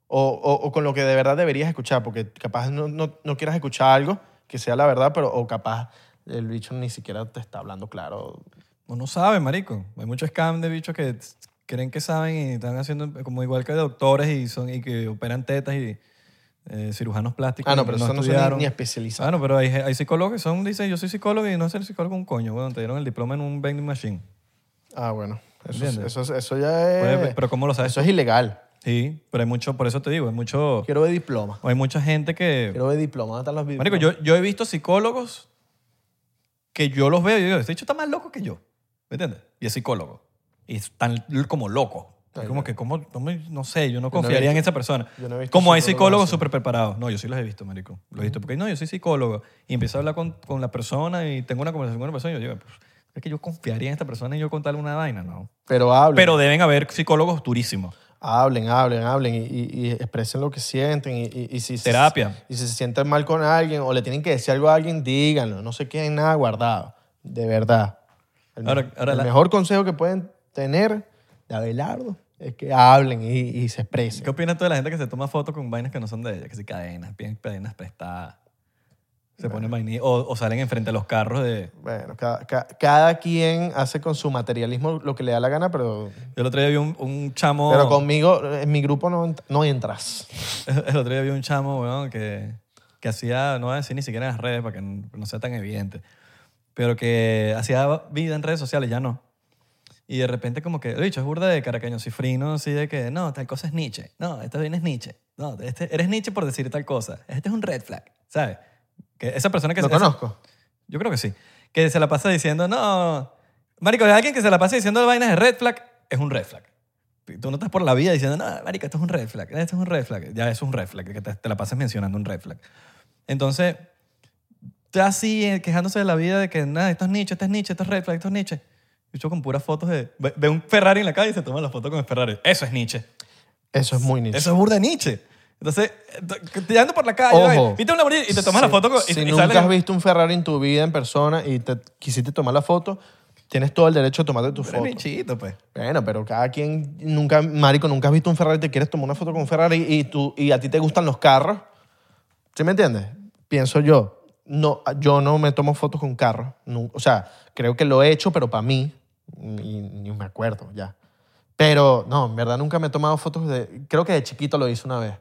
o, o- o con lo que de verdad deberías escuchar, porque capaz no, no, no quieras escuchar algo que sea la verdad, pero o capaz el bicho ni siquiera te está hablando claro. O no saben, marico. Hay mucho scam de bichos que t- creen que saben y están haciendo eh, como igual que doctores y, son, y que operan tetas y eh, cirujanos plásticos. Ah, no, y pero eso no son ni- estudiaron. ni, especializados. Ah, no, pero hay, hay psicólogos que son, dicen, yo soy psicólogo y no ser psicólogo un coño, weón. Te dieron el diploma en un vending machine. Ah, bueno. Eso, es- ¿Entiendes? eso, es- eso ya Puede- es... pero ¿cómo lo sabes Eso es ilegal. Sí, pero hay mucho, por eso te digo, hay mucho, Quiero ver diploma. hay mucha gente que... Quiero ver diploma. ¿Dónde están los diplomas? Marico, yo, yo he visto psicólogos que yo los veo y digo, este hecho está más loco que yo, ¿me entiendes? Y es psicólogo. Y están l- como locos. Es Ay, como que, como, no, me- no sé, yo no no he confiaría en visto- esa persona. yo no he visto como hay psicólogos psicólogos así. súper preparados. No, yo sí los he visto, marico. Los he visto porque, no, yo soy psicólogo. Y empiezo a hablar con, con la persona y tengo una conversación con la persona y yo digo, pues, ¿es que yo confiaría en esta persona y yo contarle una vaina? No. Pero hablen. Pero deben haber psicólogos durísimos. Hablen, hablen, hablen y, y- y expresen lo que sienten. Y, y- y si se- Terapia. y si se sienten mal con alguien o le tienen que decir algo a alguien, díganlo. No se queden nada guardado. De verdad. El, me- Ahora- ahora el la- mejor consejo que pueden tener de Abelardo es que hablen y, y se expresen. ¿Qué opinas tú de la gente que se toma fotos con vainas que no son de ella? Que si cadenas, piden cadenas prestadas. Se ponen vainillas. O, o salen enfrente de los carros de... Bueno, cada, ca- cada, quien hace con su materialismo lo que le da la gana, pero, Yo el otro día vi un, un chamo... pero conmigo, en mi grupo no, ent- no entras. El otro día vi un chamo, weón, que, que hacía... No voy a decir ni siquiera en las redes para que no no sea tan evidente. Pero que hacía vida en redes sociales, ya no. Y de repente como que... Lo dicho, es burda de caraqueño cifrino, así de que... No, tal cosa es Nietzsche. No, esta vaina es Nietzsche. No, este, eres Nietzsche por decir tal cosa. Este es un red flag, ¿sabes? Que esa persona que... Lo esa- conozco. Yo creo que sí. Que se la pasa diciendo, no. Marico, alguien que se la pasa diciendo vainas de red flag es un red flag. Tú no estás por la vida diciendo, no, marico, esto es un red flag, esto es un red flag. Ya es un red flag, que te, te la pasas mencionando un red flag. Entonces, está así eh, quejándose de la vida de que, nada, esto es Nietzsche, esto es Nietzsche, esto es red flag, esto es Nietzsche. Y yo con puras fotos de... Ve, ve un Ferrari en la calle y se toma la foto con el Ferrari. Eso es Nietzsche. Eso es muy nicho. Eso es burda de Nietzsche. Entonces, eh, te ando por la calle, Ojo. ay, viste un Lamborghini y te tomas Si- la foto con... y- Si y nunca sale- has visto un Ferrari en tu vida en persona y te quisiste tomar la foto, tienes todo el derecho a tomarte tu Pero foto. es bichito, pues. Bueno, pero cada quien nunca, marico, nunca has visto un Ferrari, te quieres tomar una foto con un Ferrari y tú y a ti te gustan los carros. ¿Sí me entiendes? Pienso yo. No, yo no me tomo fotos con carros. nu- o sea, creo que lo he hecho, pero para mí y ni me acuerdo ya. Pero no, en verdad nunca me he tomado fotos de creo que de chiquito lo hice una vez.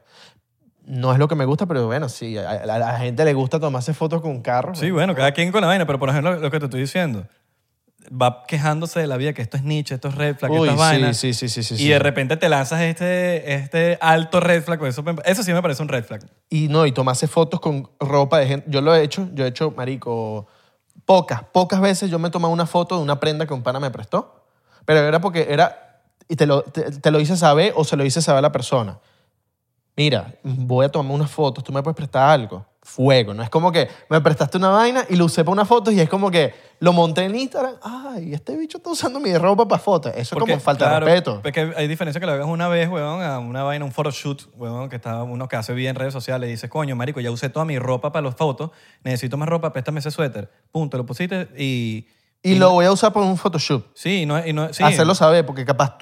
No es lo que me gusta, pero bueno, sí, a, a- a la gente le gusta tomarse fotos con carros. Sí, bueno, cada quien con la vaina, pero por ejemplo, lo que te estoy diciendo, va quejándose de la vida, que esto es Nietzsche, esto es red flag, Uy, estas sí, vainas. sí, sí, sí, sí, y sí. de repente te lanzas este, este alto red flag. pues Eso, me- eso sí me parece un red flag. Y no, y tomarse fotos con ropa de gente. Yo lo he hecho, yo he hecho, marico, pocas, pocas veces yo me he tomado una foto de una prenda que un pana me prestó. Pero era porque era, y te lo, te, te lo hice saber o se lo hice saber a la persona. Mira, voy a tomar unas fotos, tú me puedes prestar algo. fuego. No es como que me prestaste una vaina y lo usé para unas fotos y es como que lo monté en Instagram. Ay, este bicho está usando mi ropa para fotos. Eso es Porque, como falta claro, de respeto. Es que hay diferencia que lo hagas una vez, weón, a una vaina, un photoshoot, weón, que está uno que hace bien en redes sociales y dice, coño, marico, ya usé toda mi ropa para los fotos, necesito más ropa, préstame ese suéter. Punto, lo pusiste y... Y lo voy a usar para un Photoshop. Sí, y no, y no, sí. Hacerlo saber, porque capaz,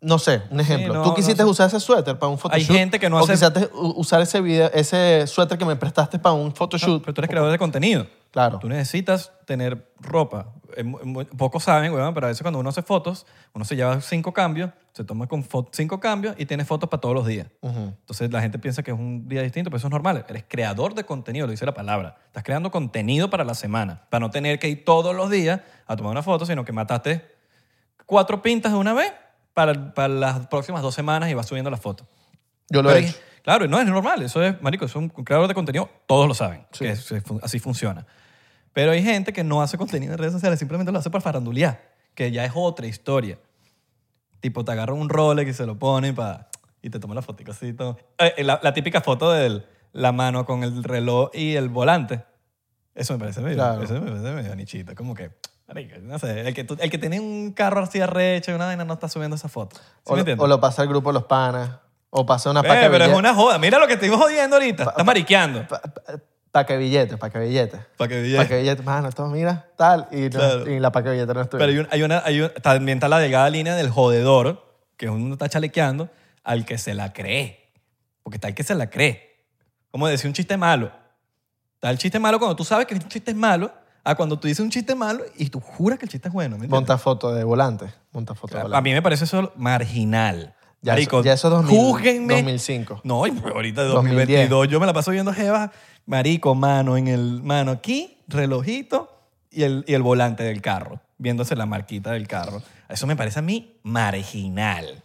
no sé, un ejemplo. no, Tú quisiste no sé. usar ese suéter para un photoshoot. gente que no hace- O quisiste u- usar ese, video, ese suéter que me prestaste para un photoshoot. Pero tú eres creador de contenido. Claro. Tú necesitas tener ropa. Eh, mu- mu- Pocos saben, weón, pero a veces cuando uno hace fotos, uno se lleva cinco cambios, se toma con fo- cinco cambios y tiene fotos para todos los días. Entonces la gente piensa que es un día distinto, pero eso es normal. Eres creador de contenido, lo dice la palabra. Estás creando contenido para la semana, para no tener que ir todos los días a tomar una foto, sino que mataste cuatro pintas de una vez para, para las próximas dos semanas y vas subiendo las fotos. Yo lo Pero he dije, hecho. Claro, no es normal. Eso es, marico, eso es un creador de contenido. Todos lo saben. Que es- es fun- así funciona. Pero hay gente que no hace contenido en redes sociales, simplemente lo hace para farandulear, que ya es otra historia. Tipo, te agarran un Rolex y se lo ponen para... Y te toman la fotico así. todo. Eh, la, la típica foto de la mano con el reloj y el volante. Eso me parece medio, Claro. eso me parece medio nichito. Como que, marico, no sé, el que, tú- el que tiene un carro así arrecho y una vaina no está subiendo esa foto. ¿Sí O, me lo- entiendes? o lo pasa al grupo de los panas. O pasa una Eh, paca de pero es billetes. una joda. Mira lo que estoy jodiendo ahorita. Estás mariqueando. Pa- pa- Paca de billetes, paca de billetes. Para que Paca de veas. billetes, mano, esto mira, tal. Y, no- Claro. y la paca de billetes no es tuya. Pero hay un- hay una, hay un- también está la delgada línea del jodedor, que uno está chalequeando, al que se la cree. Porque está el que se la cree. Como decir un chiste malo. Está el chiste malo cuando tú sabes que un chiste es malo, a cuando tú dices un chiste malo y tú juras que el chiste es bueno. ¿me entiendes? Monta foto de volante. Monta foto de A volante. mí me parece eso marginal. Ya Ah, Marico, eso- ya eso es 2000, júzguenme. 2005. No, y pues ahorita de 2010. 2022 yo me la paso viendo jeva, marico, mano en el mano aquí, relojito y el, y el volante del carro, viéndose la marquita del carro. Eso me parece a mí marginal.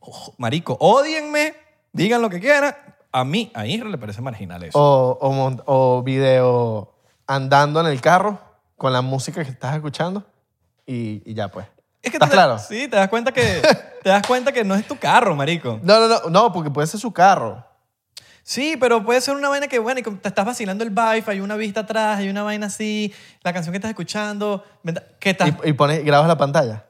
Ojo, marico, odienme, digan lo que quieran. A mí, a Israel le parece marginal eso. O, o, mon- o video andando en el carro con la música que estás escuchando y, y ya pues. ¿Estás te- claro? Sí, te das cuenta que te das cuenta que no es tu carro, marico. No, no, no, no, porque puede ser su carro. Sí, pero puede ser una vaina que, bueno, y como te estás vacilando el vibe, hay una vista atrás, hay una vaina así, la canción que estás escuchando, ¿verdad? ¿qué estás? Y, y pones, grabas la pantalla.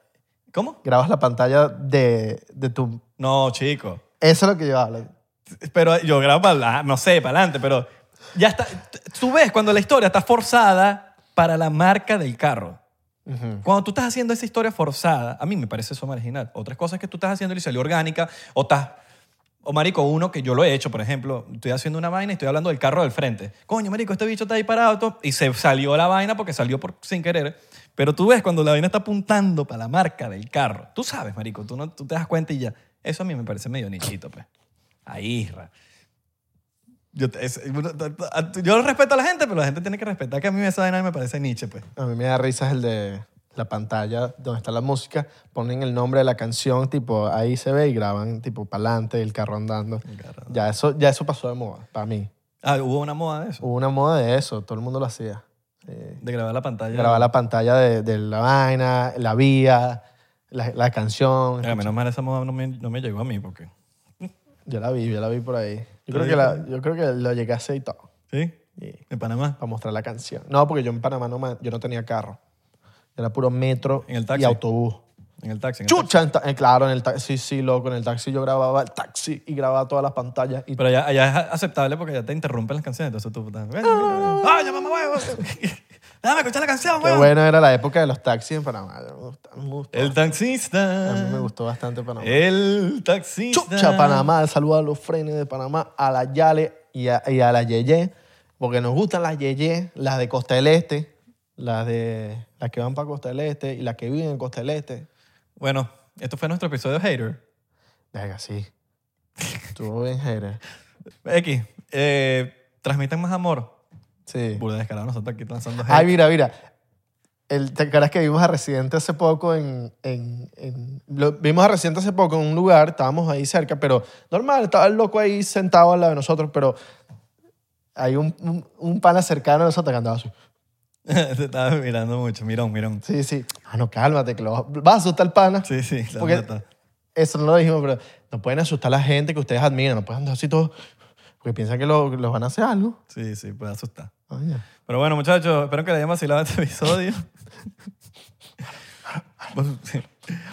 ¿Cómo? Grabas la pantalla de, de tu... No, chico. Eso es lo que yo hablo. Pero yo grabo para, no sé, para adelante, pero ya está. Tú ves cuando la historia está forzada para la marca del carro. Ujú. Cuando tú estás haciendo esa historia forzada, a mí me parece eso marginal. Otras cosas que tú estás haciendo y salió orgánica, o estás. O marico, uno que yo lo he hecho, por ejemplo, estoy haciendo una vaina y estoy hablando del carro del frente. Coño, marico, este bicho está ahí parado todo, y se salió la vaina porque salió por, sin querer. Pero tú ves cuando la vaina está apuntando para la marca del carro. Tú sabes, marico, tú, no, tú te das cuenta y ya. Eso a mí me parece medio nichito, pues. Ahí, ra. Yo, te- es- yo respeto a la gente, pero la gente tiene que respetar que a mí esa vaina me parece niche, pues. A mí me da risa el de la pantalla donde está la música, ponen el nombre de la canción, tipo, ahí se ve y graban, tipo, pa'lante, el carro andando. Ya eso, ya eso pasó de moda, para mí. Ah, hubo una moda de eso. Hubo una moda de eso, todo el mundo lo hacía. Eh, Sí. De grabar la pantalla. Grabar la pantalla de, de la vaina, la vía, la, la canción. Mira, menos mal esa moda no me, no me llegó a mí porque... Yo la vi, yo la vi por ahí. Yo ¿Tú creo, la que viste? la- yo creo que lo llegué a hacer y todo, ¿Sí? Sí. En Panamá. para mostrar la canción. No, porque yo en Panamá no, ma- yo no tenía carro. Era puro metro En el taxi. y autobús. En el taxi. en el taxi. Chucha, en ta- eh, claro, en el taxi, sí, loco, en el taxi yo grababa el taxi y grababa todas las pantallas. Y Pero allá, allá es aceptable porque ya te interrumpen las canciones. Entonces tú... pues, puta, ¡Ah, ya mamá huevo! ¡Déjame escuchar la canción, qué huevo! bueno era la época de los taxis en Panamá. Yo Me gustó, me gustó. El Eh, taxista. a mí me gustó bastante Panamá. El taxista. Chucha, Panamá, saluda a los frenes de Panamá, a la Yale y a, y a la Yeye, porque nos gustan las Yeye, las de Costa del Este, las de las que van para Costa del Este y las que viven en Costa del Este. Bueno, esto fue nuestro episodio de Hater. Venga, sí. Estuvo bien, Jere. X, eh, transmitan más amor. Sí. Burda descarado, nosotros aquí lanzando hate. Ay, mira, mira. El, ¿Te acuerdas que vimos a Residente hace poco en... en- en- lo- vimos a Residente hace poco en un lugar, estábamos ahí cerca, pero normal, estaba el loco ahí sentado al lado de nosotros, pero hay un, un, un pana cercano a nosotros que andaba así. Te estaba mirando mucho. Mirón, mirón. Sí, sí. Ah, no, cálmate, que lo vas vas a asustar al pana. Sí, sí. la Porque- neta. Eso no lo dijimos, pero no pueden asustar a la gente que ustedes admiran, no pueden andar así todos Porque piensan que lo- los van a hacer algo. Sí, sí, puede asustar. Oye. Pero bueno, muchachos, espero que les haya vacilado este episodio. Sí.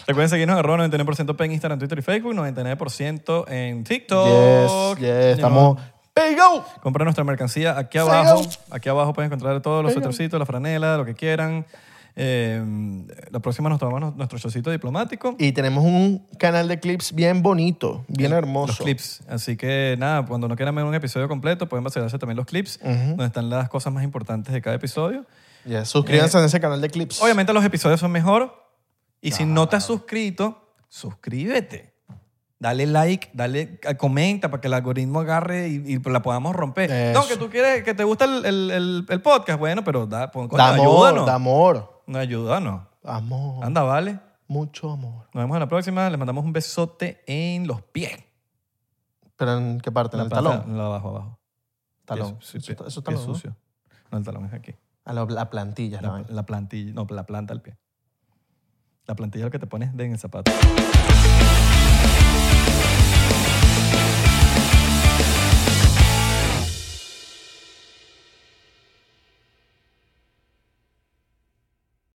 Recuerden seguirnos en arroba 99% en Instagram, Twitter y Facebook, 99% en TikTok. Yes, yes, estamos pegados. Comprar nuestra mercancía aquí Sigo. abajo. Aquí abajo pueden encontrar todos los suetercitos, la franela, lo que quieran. Eh, la próxima nos tomamos nuestro chocito diplomático. Y tenemos un canal de clips bien bonito, bien hermoso. los clips. Así que nada, cuando no quieran ver un episodio completo, pueden vacilarse también los clips, donde están las cosas más importantes de cada episodio. Yes, Suscríbanse a ese canal de clips. eh, Obviamente los episodios son mejor. Y si no te has suscrito, suscríbete. Dale like, dale, ah, comenta para que el algoritmo agarre y, y la podamos romper. Eso. No, que tú quieres, que te gusta el, el- el- el podcast, bueno, pero da, pon, coño, Da amor, ayúdanos. da amor. No, ayúdanos. Amor. Anda, vale. Mucho amor. Nos vemos en la próxima. Les mandamos un besote en los pies. ¿Pero en qué parte? ¿En el talón? La abajo, abajo. Talón. Pies- sí, Eso pie- está- eso es pie talón, ¿no? sucio. No, el talón es aquí. A la, la plantilla. la La, vaina. la plantilla, no, la planta del pie. La plantilla es lo que te pones de en el zapato.